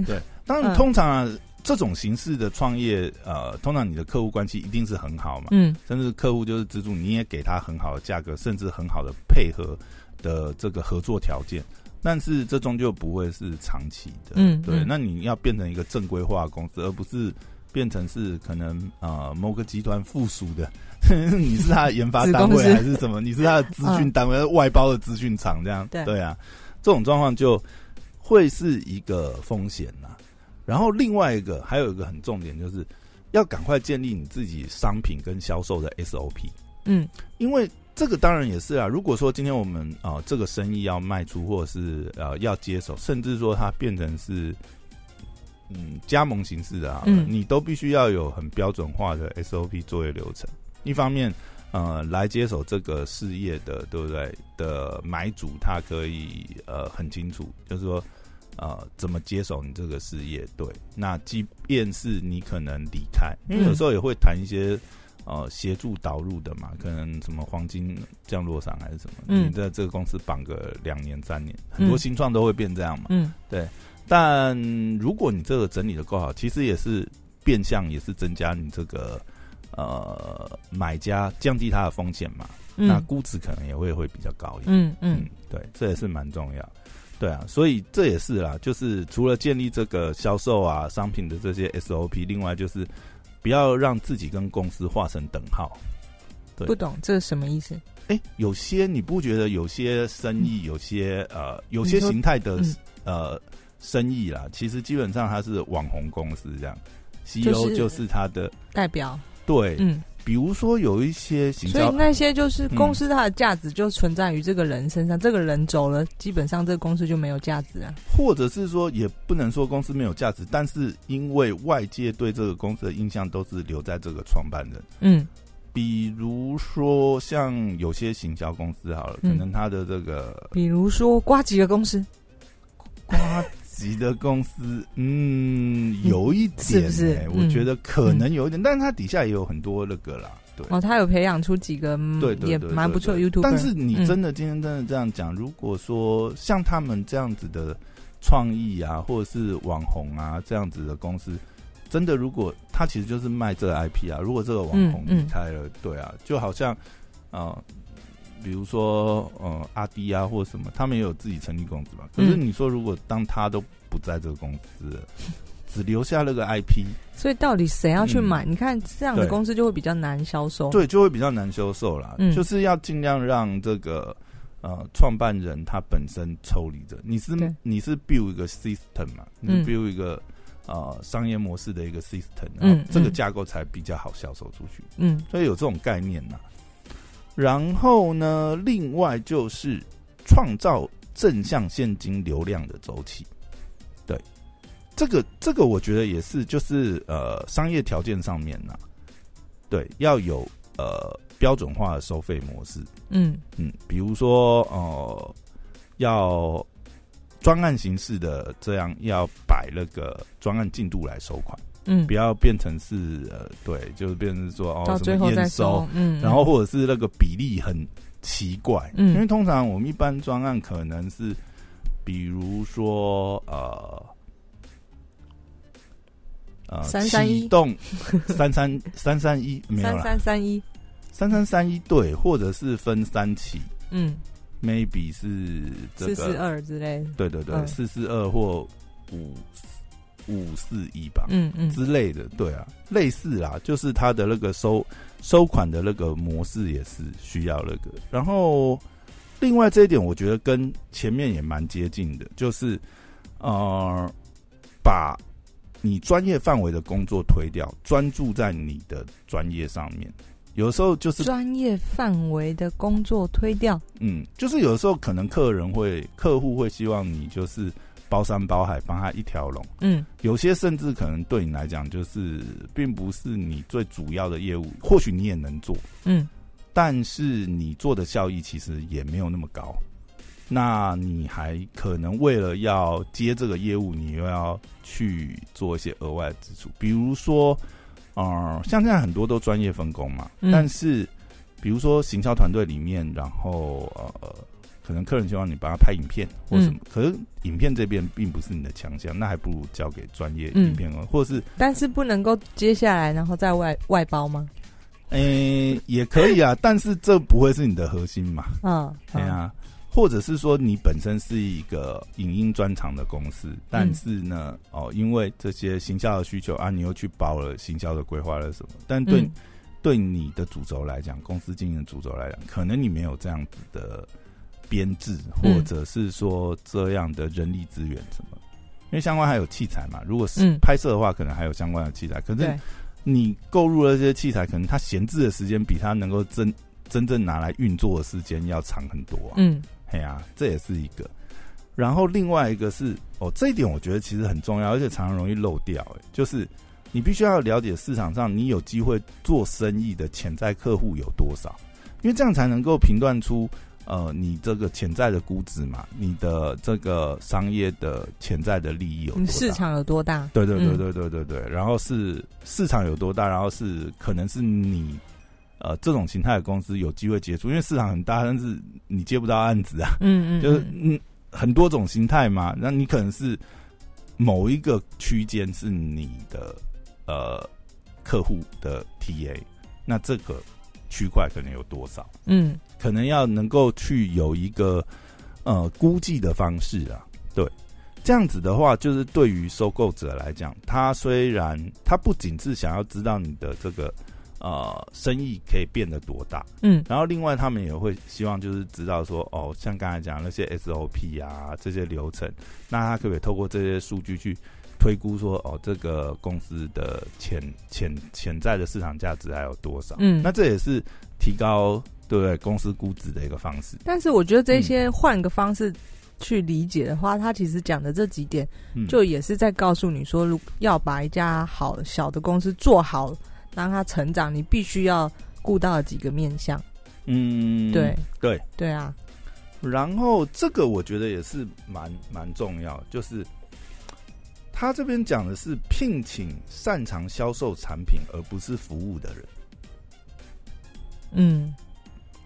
Speaker 1: 当然
Speaker 2: 嗯
Speaker 1: 通常、啊、这种形式的创业，呃，通常你的客户关系一定是很好嘛，
Speaker 2: 嗯
Speaker 1: 甚至客户就是资助，你也给他很好的价格，甚至很好的配合的这个合作条件。但是这终究不会是长期的，
Speaker 2: 嗯
Speaker 1: 对。
Speaker 2: 嗯
Speaker 1: 那你要变成一个正规化的公司，而不是变成是可能呃某个集团附属的， 你是他的研发
Speaker 2: 子
Speaker 1: 单
Speaker 2: 公
Speaker 1: 位
Speaker 2: 司
Speaker 1: 还是什么？你是他的资讯单位、外包的资讯厂这样？
Speaker 2: 嗯对
Speaker 1: 啊，这种状况就会是一个风险呐、然后另外一个还有一个很重点就是要赶快建立你自己商品跟销售的 SOP，
Speaker 2: 嗯
Speaker 1: 因为这个当然也是啊。如果说今天我们啊、呃这个生意要卖出，或者是呃要接手，甚至说它变成是嗯加盟形式的啊，
Speaker 2: 嗯
Speaker 1: 你都必须要有很标准化的 SOP 作业流程。一方面，呃，来接手这个事业的，对不对？的买主他可以呃很清楚，就是说呃怎么接手你这个事业。对，那即便是你可能离开，因
Speaker 2: 嗯
Speaker 1: 为有时候也会谈一些呃协助导入的嘛，可能什么黄金降落伞还是什么，
Speaker 2: 嗯
Speaker 1: 你在这个公司绑个两年三年，很多
Speaker 2: 嗯
Speaker 1: 新创都会变这样嘛。
Speaker 2: 嗯
Speaker 1: 但如果你这个整理的够好，其实也是变相也是增加你这个呃买家降低他的风险嘛，那
Speaker 2: 嗯
Speaker 1: 估值可能也会会比较高一点。
Speaker 2: 嗯嗯，
Speaker 1: 对，这也是蛮重要。对啊，所以这也是啦，就是除了建立这个销售啊商品的这些 SOP，另外就是不要让自己跟公司画成等号。对
Speaker 2: 不懂这是什么意思？
Speaker 1: 哎，有些你不觉得有些生意，有些呃，有些
Speaker 2: 嗯你说
Speaker 1: 形态的、
Speaker 2: 嗯
Speaker 1: 呃生意啦，其实基本上它是网红公司这样
Speaker 2: 就
Speaker 1: ，CEO
Speaker 2: 是
Speaker 1: 就是它的
Speaker 2: 代表
Speaker 1: 对，
Speaker 2: 嗯，
Speaker 1: 比如说有一些行
Speaker 2: 所以
Speaker 1: 销，
Speaker 2: 那些就是
Speaker 1: 嗯
Speaker 2: 公司它的价值就存在于这个人身上，这个人走了，基本上这个公司就没有价值啊。
Speaker 1: 或者是说也不能说公司没有价值，但是因为外界对这个公司的印象都是留在这个创办人。
Speaker 2: 嗯
Speaker 1: 比如说，像有些行销公司好了，可
Speaker 2: 嗯
Speaker 1: 能它的这个
Speaker 2: 比如说瓜吉的公司
Speaker 1: 瓜吉的公司，嗯，有一点、欸，
Speaker 2: 是不是
Speaker 1: 我
Speaker 2: 嗯
Speaker 1: 觉得可能有一点，但是它底下也有很多那个啦，对。
Speaker 2: 哦，他有培养出几个嗯
Speaker 1: 对对
Speaker 2: 也
Speaker 1: 对
Speaker 2: 蛮不错的嗯
Speaker 1: 对
Speaker 2: YouTube，
Speaker 1: 但是你真的今天真的这样讲，如果说像他们这样子的创意啊，或者是网红啊这样子的公司，真的如果他其实就是卖这个 IP 啊，如果这个网红
Speaker 2: 嗯嗯
Speaker 1: 离开了，对啊，就好像呃，比如说呃阿迪啊或什么，他们也有自己成立公司吧。可是
Speaker 2: 嗯
Speaker 1: 你说如果当他都不在这个公司了只留下那个 IP，
Speaker 2: 所以到底谁要去
Speaker 1: 嗯
Speaker 2: 买？你看这样的
Speaker 1: 对
Speaker 2: 公司就会比较难销售。
Speaker 1: 对，就会比较难销售啦。
Speaker 2: 嗯
Speaker 1: 就是要尽量让这个呃创办人他本身抽离着，你是
Speaker 2: 对
Speaker 1: 你是 build 一个 system 嘛，你是
Speaker 2: 嗯
Speaker 1: build 一个、呃商业模式的一个 system，
Speaker 2: 嗯
Speaker 1: 然后这个
Speaker 2: 嗯
Speaker 1: 架构才比较好销售出去，
Speaker 2: 嗯
Speaker 1: 所以有这种概念呐。然后呢，另外就是创造正向现金流量的周期。对，这个这个我觉得也是，就是呃，商业条件上面呢、对，要有呃标准化的收费模式。
Speaker 2: 嗯
Speaker 1: 嗯，比如说呃，要专案形式的这样，要摆那个专案进度来收款，
Speaker 2: 嗯
Speaker 1: 不，要变成是呃，对，就是变成说哦，
Speaker 2: 到
Speaker 1: 什
Speaker 2: 最
Speaker 1: 么
Speaker 2: 后
Speaker 1: 验
Speaker 2: 再
Speaker 1: 收，
Speaker 2: 收。嗯，
Speaker 1: 然后或者是那个比例很奇怪，
Speaker 2: 嗯
Speaker 1: 因为通常我们一般专案可能是，比如说呃呃
Speaker 2: 331
Speaker 1: 启动三三 三三一没有
Speaker 2: 三
Speaker 1: 啦，
Speaker 2: 三三一，
Speaker 1: 三三三一对，或者是分三期
Speaker 2: 嗯，
Speaker 1: ，maybe 是这
Speaker 2: 四四
Speaker 1: 个
Speaker 2: 二之类的。
Speaker 1: 对对对
Speaker 2: 嗯
Speaker 1: 四四二或五五四一吧，
Speaker 2: 嗯嗯
Speaker 1: 之类的，对啊，类似啦，就是它的那个收收款的那个模式也是需要那个。然后，另外这一点我觉得跟前面也蛮接近的，就是呃，把你专业范围的工作推掉，专注在你的专业上面。有时候就是，
Speaker 2: 专业范围的工作推掉。
Speaker 1: 嗯，就是有时候可能客人会客户会希望你就是包山包海，帮他一条龙。
Speaker 2: 嗯
Speaker 1: 有些甚至可能对你来讲，就是并不是你最主要的业务，或许你也能做，
Speaker 2: 嗯
Speaker 1: 但是你做的效益其实也没有那么高。那你还可能为了要接这个业务，你又要去做一些额外的支出，比如说，哦、像现在很多都专业分工嘛，
Speaker 2: 嗯
Speaker 1: 但是比如说行销团队里面，然后呃，可能客人希望你帮他拍影片或什么，
Speaker 2: 嗯
Speaker 1: 可是影片这边并不是你的强项，那还不如交给专业
Speaker 2: 嗯
Speaker 1: 影片工，或者是
Speaker 2: 但是不能够接下来然后再外外包吗？
Speaker 1: 诶、也可以啊，但是这不会是你的核心嘛，
Speaker 2: 嗯，
Speaker 1: 对啊。或者是说你本身是一个影音专长的公司，但是呢，哦，因为这些行销的需求啊，你又去包了行销的规划了什么，但
Speaker 2: 嗯，
Speaker 1: 对
Speaker 2: 嗯
Speaker 1: 对你的主轴来讲，公司经营的主轴来讲，可能你没有这样子的编制，
Speaker 2: 嗯
Speaker 1: 或者是说这样的人力资源什么，因为相关还有器材嘛。如果是
Speaker 2: 嗯
Speaker 1: 拍摄的话，可能还有相关的器材。可是
Speaker 2: 对，
Speaker 1: 你购入了这些器材，可能它闲置的时间比它能够真真正拿来运作的时间要长很多啊。
Speaker 2: 嗯
Speaker 1: 哎呀、这也是一个。然后另外一个是哦，这一点我觉得其实很重要，而且常常容易漏掉，哎就是你必须要了解市场上你有机会做生意的潜在客户有多少，因为这样才能够评断出呃你这个潜在的估值嘛，你的这个商业的潜在的利益有多
Speaker 2: 你
Speaker 1: 大。
Speaker 2: 嗯市场有多大？
Speaker 1: 对对对
Speaker 2: 嗯
Speaker 1: 对对对对，然后是市场有多大，然后是可能是你呃这种形态的公司有机会接触，因为市场很大，但是你接不到案子啊，
Speaker 2: 嗯嗯，
Speaker 1: 就是
Speaker 2: 嗯
Speaker 1: 嗯很多种形态嘛，那你可能是某一个区间是你的呃客户的 TA，那这个区块可能有多少？
Speaker 2: 嗯
Speaker 1: 可能要能够去有一个呃估计的方式啊。对，这样子的话，就是对于收购者来讲，他虽然他不仅是想要知道你的这个呃生意可以变得多大，
Speaker 2: 嗯
Speaker 1: 然后另外他们也会希望就是知道说，哦，像刚才讲的那些 SOP 啊这些流程，那他可不可以透过这些数据去推估说，哦，这个公司的潜潜潜在的市场价值还有多少？
Speaker 2: 嗯
Speaker 1: 那这也是提高对不对公司估值的一个方式。
Speaker 2: 但是我觉得这些
Speaker 1: 嗯
Speaker 2: 换个方式去理解的话，他其实讲的这几点，
Speaker 1: 嗯，
Speaker 2: 就也是在告诉你说，如要把一家好小的公司做好，让它成长，你必须要顾到的几个面向。
Speaker 1: 嗯
Speaker 2: 对、
Speaker 1: 对。
Speaker 2: 对啊，
Speaker 1: 然后这个我觉得也是蛮蛮重要的，就是他这边讲的是聘请擅长销售产品而不是服务的人。
Speaker 2: 嗯，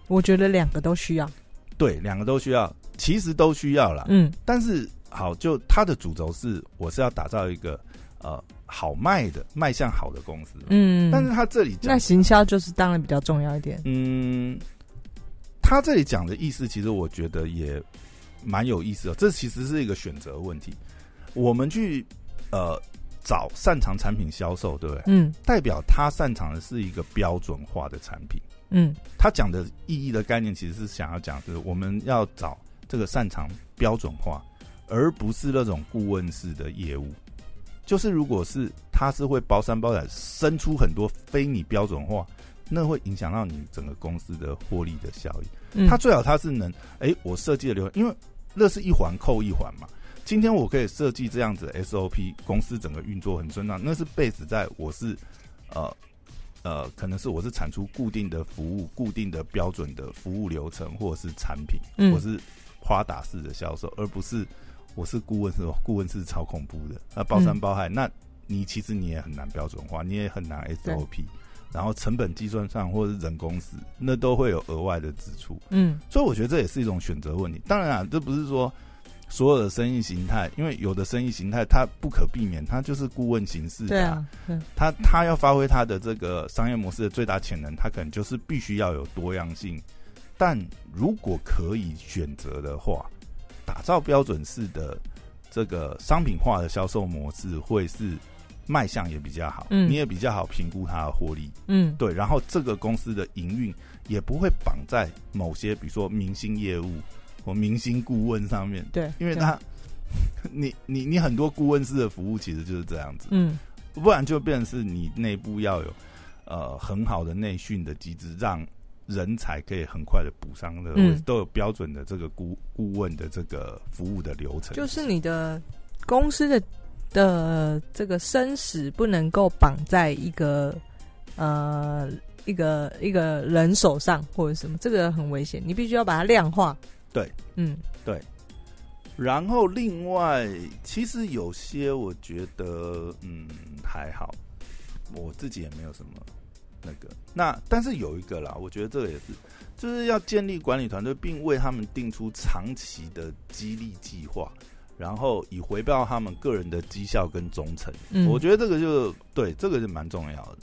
Speaker 2: 我觉得两个都需要。
Speaker 1: 对，两个都需要，其实都需要啦。
Speaker 2: 嗯
Speaker 1: 但是好，就它的主轴是我是要打造一个呃好卖的、卖向好的公司。，
Speaker 2: 嗯，
Speaker 1: 但是他这里
Speaker 2: 那
Speaker 1: 讲，
Speaker 2: 行销就是当然比较重要一点。
Speaker 1: 嗯，他这里讲的意思，其实我觉得也蛮有意思的。这其实是一个选择问题。我们去呃找擅长产品销售，对不对？
Speaker 2: 嗯
Speaker 1: 代表他擅长的是一个标准化的产品。
Speaker 2: 嗯
Speaker 1: 他讲的意义的概念，其实是想要讲，就是我们要找这个擅长标准化，而不是那种顾问式的业务。就是如果是他是会包山包海生出很多非你标准化，那会影响到你整个公司的获利的效益。
Speaker 2: 嗯，
Speaker 1: 他最好他是能，哎、我设计的流程，因为那是一环扣一环嘛。今天我可以设计这样子的 SOP，公司整个运作很顺畅，那是 base 在我是，呃呃，可能是我是产出固定的服务、固定的标准的服务流程，或者是产品，
Speaker 2: 嗯
Speaker 1: 我是花打式的销售，而不是我是顾问是吧顾问是超恐怖的，那包山
Speaker 2: 嗯
Speaker 1: 包海，那你其实你也很难标准化，你也很难 SOP，然后成本计算上或者是人工时，那都会有额外的支出。
Speaker 2: 嗯
Speaker 1: 所以我觉得这也是一种选择问题。当然啊，这不是说所有的生意形态，因为有的生意形态它不可避免，它就是顾问形式
Speaker 2: 对
Speaker 1: 的啊、
Speaker 2: 啊，对
Speaker 1: 它它要发挥它的这个商业模式的最大潜能，它可能就是必须要有多样性。但如果可以选择的话，打造标准式的这个商品化的销售模式，会是卖相也比较好，
Speaker 2: 嗯
Speaker 1: 你也比较好评估它的获利。
Speaker 2: 嗯
Speaker 1: 对，然后这个公司的营运也不会绑在某些，比如说明星业务或明星顾问上面，
Speaker 2: 对，啊
Speaker 1: 因为
Speaker 2: 对
Speaker 1: 它，你你你很多顾问式的服务其实就是这样子，
Speaker 2: 嗯
Speaker 1: 不然就变成是你内部要有呃很好的内训的机制，让人才可以很快的补上的位置，
Speaker 2: 嗯
Speaker 1: 都有标准的这个顾顾问的这个服务的流程，
Speaker 2: 就是你的公司的的这个生死不能够绑在一个呃一个一个人手上或者什么，这个很危险，你必须要把它量化。
Speaker 1: 对，
Speaker 2: 嗯
Speaker 1: 然后另外，其实有些我觉得，嗯，还好。我自己也没有什么那个。那但是有一个啦，我觉得这个也是，就是要建立管理团队，并为他们定出长期的激励计划，然后以回报他们个人的绩效跟忠诚。
Speaker 2: 嗯，
Speaker 1: 我觉得这个就对，这个是蛮重要的。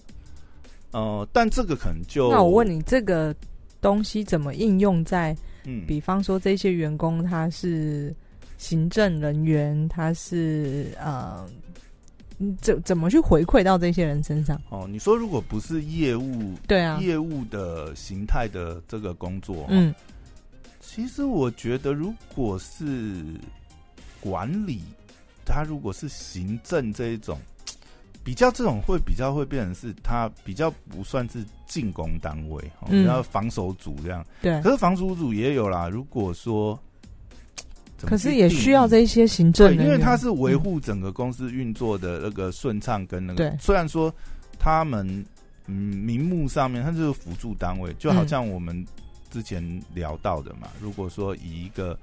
Speaker 1: 呃，但这个可能就
Speaker 2: 那我问，你，这个东西怎么应用在，
Speaker 1: 嗯，
Speaker 2: 比方说这些员工他是行政人员，他是呃，嗯怎怎么去回馈到这些人身上？
Speaker 1: 哦，你说如果不是业务、
Speaker 2: 对啊，
Speaker 1: 业务的形态的这个工作，
Speaker 2: 嗯
Speaker 1: 其实我觉得，如果是管理，他如果是行政这一种，比较这种会比较会变成是他比较不算是进攻单位，哦
Speaker 2: 嗯
Speaker 1: 然后、防守组这样。
Speaker 2: 对，
Speaker 1: 可是防守组也有啦。如果说，怎么
Speaker 2: 可是
Speaker 1: 去
Speaker 2: 也
Speaker 1: 定
Speaker 2: 需要
Speaker 1: 义
Speaker 2: 这些行政
Speaker 1: 对，
Speaker 2: 人
Speaker 1: 因
Speaker 2: 员，
Speaker 1: 为它是维护整个公司运作的那个顺畅跟那个。
Speaker 2: 对
Speaker 1: 虽然说他们嗯名目上面它就是辅助单位，就好像我们之前聊到的
Speaker 2: 嗯
Speaker 1: 嘛。如果说以一个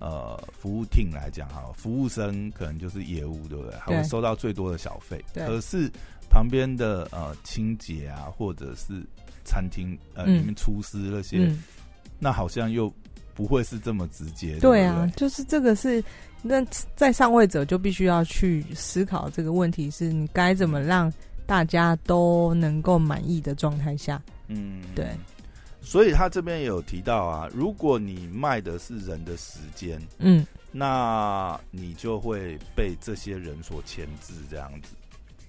Speaker 1: 呃服务 team 来讲哈，服务生可能就是业务，对不对？他会
Speaker 2: 对
Speaker 1: 收到最多的小费。
Speaker 2: 对
Speaker 1: 可是旁边的呃清洁啊，或者是餐厅呃
Speaker 2: 嗯
Speaker 1: 里面厨师那些，
Speaker 2: 嗯，
Speaker 1: 那好像又不会是这么直接。
Speaker 2: 对
Speaker 1: 不
Speaker 2: 啊，就是这个是那在上位者就必须要去思考这个问题，是你该怎么让大家都能够满意的状态下，
Speaker 1: 嗯，
Speaker 2: 对。
Speaker 1: 所以他这边也有提到啊，如果你卖的是人的时间，
Speaker 2: 嗯，
Speaker 1: 那你就会被这些人所牵制，这样子。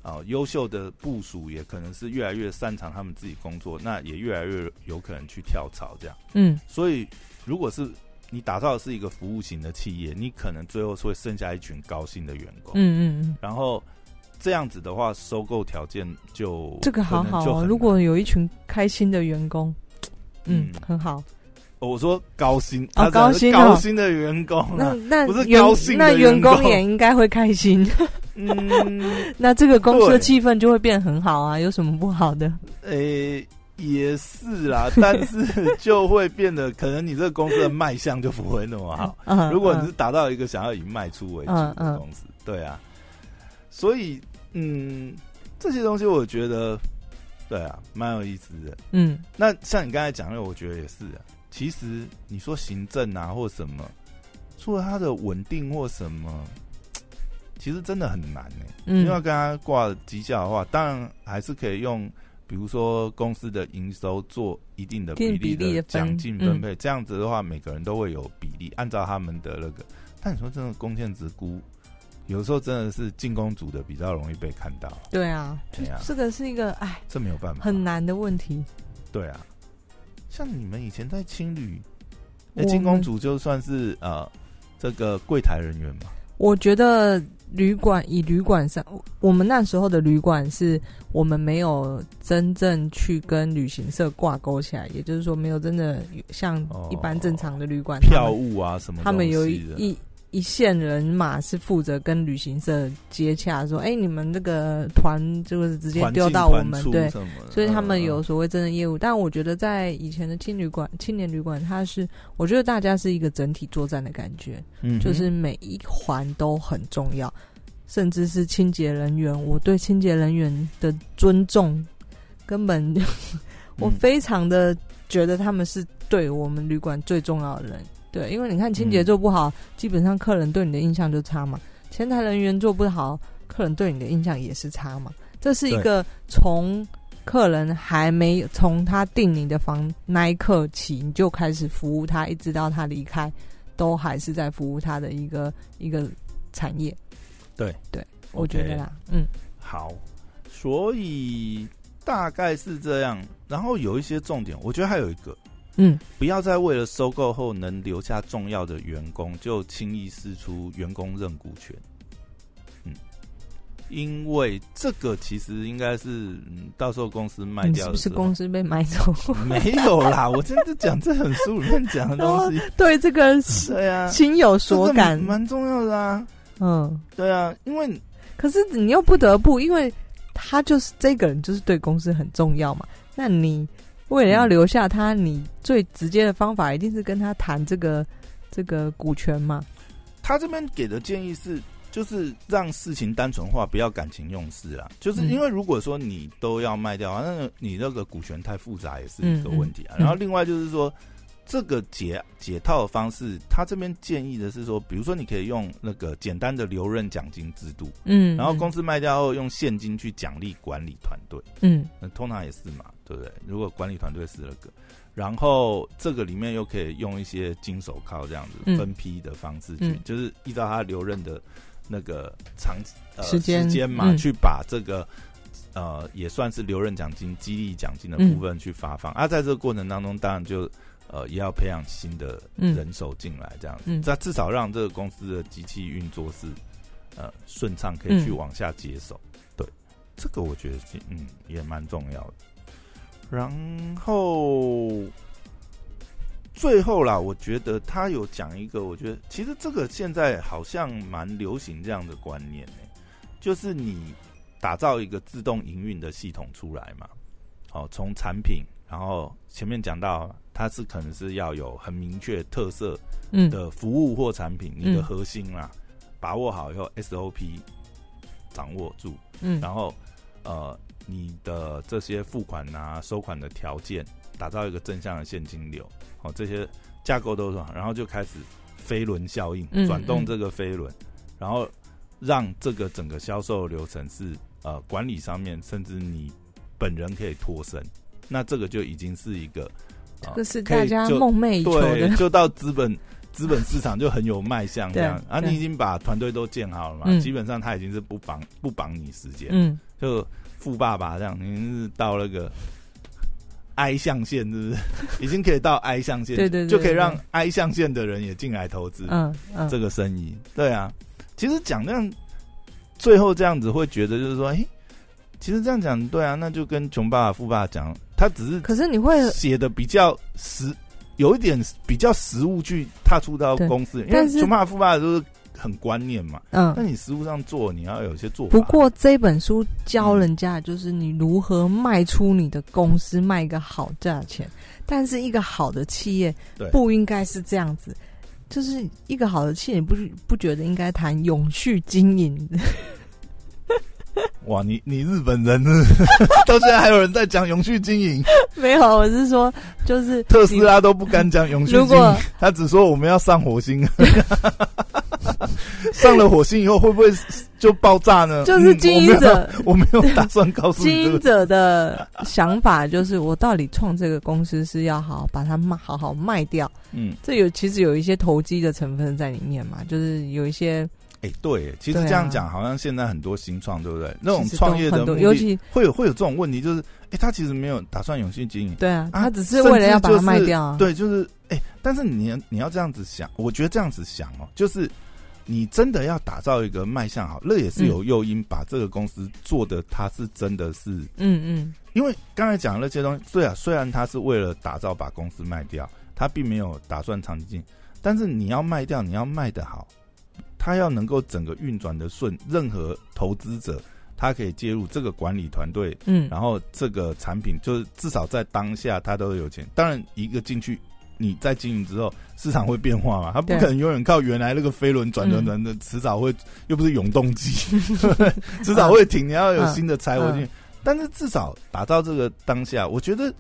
Speaker 1: 啊，优秀的部署也可能是越来越擅长他们自己工作，那也越来越有可能去跳槽这样。
Speaker 2: 嗯，
Speaker 1: 所以，如果是你打造的是一个服务型的企业，你可能最后会剩下一群高薪的员工。
Speaker 2: 嗯嗯嗯，
Speaker 1: 然后这样子的话，收购条件就
Speaker 2: 这个
Speaker 1: 可
Speaker 2: 好
Speaker 1: 能就
Speaker 2: 好
Speaker 1: 很
Speaker 2: 哦。
Speaker 1: 难
Speaker 2: 如果有一群开心的员工，嗯，
Speaker 1: 嗯
Speaker 2: 很好。
Speaker 1: 哦我说高薪，
Speaker 2: 哦
Speaker 1: 他讲的是
Speaker 2: 高薪哦
Speaker 1: 高薪的员工
Speaker 2: 那
Speaker 1: 啊，
Speaker 2: 那
Speaker 1: 不是
Speaker 2: 员
Speaker 1: 高兴
Speaker 2: 那
Speaker 1: 的员
Speaker 2: 员
Speaker 1: 工
Speaker 2: 工也应该会开心，
Speaker 1: 嗯，
Speaker 2: 那这个公司
Speaker 1: 对
Speaker 2: 的气氛就会变很好啊，有什么不好的？
Speaker 1: 诶、也是啦，但是就会变得，可能你这个公司的卖相就不会那么好。
Speaker 2: 嗯，
Speaker 1: 如果你
Speaker 2: 嗯
Speaker 1: 是达到一个想要以卖出为主
Speaker 2: 嗯
Speaker 1: 的
Speaker 2: 嗯
Speaker 1: 公司，对啊，所以嗯，这些东西我觉得，对啊，蛮有意思的。
Speaker 2: 嗯
Speaker 1: 那像你刚才讲的，我觉得也是、啊。其实你说行政啊或什么，除了它的稳定或什么，其实真的很难呢、因为要
Speaker 2: 嗯
Speaker 1: 跟他挂绩效的话，当然还是可以用，比如说公司的营收做一定的比
Speaker 2: 一定比例
Speaker 1: 的
Speaker 2: 的分嗯
Speaker 1: 奖金分配，这样子的话，每个人都会有比例，按照他们的那个。但你说真的，弓箭直估，有时候真的是进攻组的比较容易被看到，
Speaker 2: 对啊，就
Speaker 1: 对啊
Speaker 2: 这个是一个哎
Speaker 1: 这没有办法，
Speaker 2: 很难的问题。
Speaker 1: 对啊，像你们以前在青旅，
Speaker 2: 我
Speaker 1: 那
Speaker 2: 们
Speaker 1: 进攻组就算是呃这个柜台人员嘛，
Speaker 2: 我觉得旅馆以旅馆上，我们那时候的旅馆是我们没有真正去跟旅行社挂钩起来，也就是说没有真的像
Speaker 1: 哦
Speaker 2: 一般正常的旅馆、
Speaker 1: 票务啊什么
Speaker 2: 他们，他们有
Speaker 1: 东
Speaker 2: 一
Speaker 1: 西的
Speaker 2: 一一线人马是负责跟旅行社接洽，说，哎、你们这个团就是直接
Speaker 1: 团
Speaker 2: 丢
Speaker 1: 进
Speaker 2: 到我
Speaker 1: 团
Speaker 2: 们
Speaker 1: 出
Speaker 2: 对，
Speaker 1: 什么的
Speaker 2: 所以他们
Speaker 1: 嗯
Speaker 2: 有所谓真的业务，但我觉得在以前的青旅馆、青年旅馆，它是我觉得大家是一个整体作战的感觉，
Speaker 1: 嗯
Speaker 2: 就是每一环都很重要，甚至是清洁人员。我对清洁人员的尊重，根本我
Speaker 1: 嗯
Speaker 2: 非常的觉得他们是对我们旅馆最重要的人。对，因为你看清洁
Speaker 1: 嗯
Speaker 2: 做不好，基本上客人对你的印象就差嘛；前台人员做不好，客人对你的印象也是差嘛。这是一
Speaker 1: 对
Speaker 2: 个从客人还没有从他订你的房那一刻起，你就开始服务他，一直到他离开，都还是在服务他的一个一个产业。
Speaker 1: 对
Speaker 2: 对，我觉得啦，嗯
Speaker 1: 好，所以大概是这样。然后有一些重点，我觉得还有一个，
Speaker 2: 嗯，
Speaker 1: 不要再为了收购后能留下重要的员工，就轻易释出员工认股权。嗯，因为这个其实应该是，嗯，到时候公司卖
Speaker 2: 你是
Speaker 1: 掉
Speaker 2: 不
Speaker 1: 的
Speaker 2: 是
Speaker 1: 时候
Speaker 2: 公司被买走？
Speaker 1: 没有啦， 我真的讲这本书里面讲的 东西，
Speaker 2: 对这个
Speaker 1: 对啊，
Speaker 2: 心有所
Speaker 1: 这个
Speaker 2: 感，
Speaker 1: 蛮重要的啊。
Speaker 2: 嗯。
Speaker 1: 对啊，因为
Speaker 2: 可是你又不得不，因为他就是这个人，就是对公司很重要嘛。那你为了要留下他，你最直接的方法一定是跟他谈这个这个股权嘛。
Speaker 1: 他这边给的建议是，就是让事情单纯化，不要感情用事啊。就是
Speaker 2: 嗯
Speaker 1: 因为如果说你都要卖掉，那你那个股权太复杂也是一个问题啊。
Speaker 2: 嗯嗯嗯
Speaker 1: 然后另外就是说，这个解解套的方式，他这边建议的是说，比如说你可以用那个简单的留任奖金制度，
Speaker 2: 嗯，
Speaker 1: 然后公司卖掉后用现金去奖励管理团队，
Speaker 2: 嗯
Speaker 1: 那通常也是嘛，对不对？如果管理团队是那个，然后这个里面又可以用一些金手铐这样子
Speaker 2: 嗯
Speaker 1: 分批的方式去，
Speaker 2: 嗯
Speaker 1: 就是依照他留任的那个长、呃、
Speaker 2: 时间
Speaker 1: 嘛，
Speaker 2: 嗯
Speaker 1: 去把这个。呃，也算是留任奖金、激励奖金的
Speaker 2: 嗯
Speaker 1: 部分去发放、啊，在这个过程当中，当然就呃也要培养新的
Speaker 2: 嗯
Speaker 1: 人手进来，这样子，
Speaker 2: 嗯
Speaker 1: 这、至少让这个公司的机器运作是呃顺畅，可以去
Speaker 2: 嗯
Speaker 1: 往下接手。对，这个我觉得是嗯也蛮重要的。然后最后啦，我觉得他有讲一个，我觉得其实这个现在好像蛮流行这样的观念呢、就是你打造一个自动营运的系统出来嘛。哦，从产品，然后前面讲到它是可能是要有很明确特色
Speaker 2: 嗯
Speaker 1: 的服务或产品，你的
Speaker 2: 嗯
Speaker 1: 核心啦，把握好以后 SOP 掌握住，
Speaker 2: 嗯
Speaker 1: 然后呃，你的这些付款啊、收款的条件，打造一个正向的现金流，好、这些架构都是好，然后就开始飞轮效应，
Speaker 2: 嗯
Speaker 1: 转动
Speaker 2: 嗯
Speaker 1: 这个飞轮，然后让这个整个销售流程是呃管理上面，甚至你本人可以脱身，那这个就已经是一个。呃
Speaker 2: 这个是
Speaker 1: 可
Speaker 2: 大
Speaker 1: 以
Speaker 2: 家
Speaker 1: 就
Speaker 2: 梦寐以求
Speaker 1: 对，
Speaker 2: 的，
Speaker 1: 就到资本 资本市场就很有卖相这样啊，
Speaker 2: 对
Speaker 1: 你已经把团队都建好了嘛，
Speaker 2: 嗯
Speaker 1: 基本上他已经是不绑不绑你时间，
Speaker 2: 嗯
Speaker 1: 就富爸爸这样，已经是到那个 I 象限，是不是？ 已经可以到 I 象限，
Speaker 2: 对对对
Speaker 1: 就可以让
Speaker 2: 对
Speaker 1: I 象限的人也进来投资
Speaker 2: 嗯嗯，
Speaker 1: 这个生意。对啊，其实讲这样，最后这样子会觉得就是说，哎、其实这样讲对啊，那就跟穷爸爸富爸爸讲，他只是
Speaker 2: 可是你会
Speaker 1: 写的比较实，有一点比较实务去踏出到
Speaker 2: 对
Speaker 1: 公司，因为
Speaker 2: 但是
Speaker 1: 穷爸爸富爸爸都是很观念嘛。那
Speaker 2: 嗯。
Speaker 1: 你实务上做，你要有一些做法。
Speaker 2: 不过这本书教人家的就是你如何卖出你的公司，卖一个好价钱。但是一个好的企业
Speaker 1: 对
Speaker 2: 不应该是这样子，就是一个好的企业，你不不觉得应该谈永续经营？
Speaker 1: 哇，你你日本人 是到现在还有人在讲永续经营，
Speaker 2: 没有，啊我是说，就是
Speaker 1: 特斯拉都不敢讲永续
Speaker 2: 如
Speaker 1: 经
Speaker 2: 果
Speaker 1: 营，他只说我们要上火星。 上了火星以后会不会就爆炸呢？
Speaker 2: 就是
Speaker 1: 嗯
Speaker 2: 经营者，
Speaker 1: 我没有，我没有打算告诉
Speaker 2: 经
Speaker 1: 你这
Speaker 2: 营
Speaker 1: 个。
Speaker 2: 者的想法就是，我到底创这个公司是要好好把它卖，好好卖掉。
Speaker 1: 嗯，
Speaker 2: 这有其实有一些投机的成分在里面嘛，就是有一些
Speaker 1: 哎、对，其实
Speaker 2: 对啊
Speaker 1: 这样讲，好像现在很多新创，对不对？那种
Speaker 2: 其实都
Speaker 1: 创业的
Speaker 2: 很
Speaker 1: 目
Speaker 2: 多，
Speaker 1: 的，
Speaker 2: 尤其
Speaker 1: 会有会有这种问题，就是哎、诶他其实没有打算永续经营，
Speaker 2: 对啊，
Speaker 1: 啊
Speaker 2: 他只是为了要把它卖掉啊。
Speaker 1: 对，就是哎、诶但是你你要这样子想，我觉得这样子想哦，就是你真的要打造一个卖相好，那也是有诱因把这个公司做的，它是真的是，
Speaker 2: 嗯嗯
Speaker 1: 因为刚才讲的那些东西，对啊，虽然他是为了打造把公司卖掉，他并没有打算长期经营，但是你要卖掉，你要卖得好，他要能够整个运转的顺，任何投资者他可以介入这个管理团队。
Speaker 2: 嗯，
Speaker 1: 然后这个产品就是至少在当下它都有钱。当然，一个进去，你在经营之后，市场会变化嘛，它不
Speaker 2: 对嗯
Speaker 1: 可能永远靠原来那个飞轮转转转的，迟早会又不是永动机， 迟早会停。你要有新的柴火
Speaker 2: 嗯
Speaker 1: 进去，但是至少打造这个当下，我觉得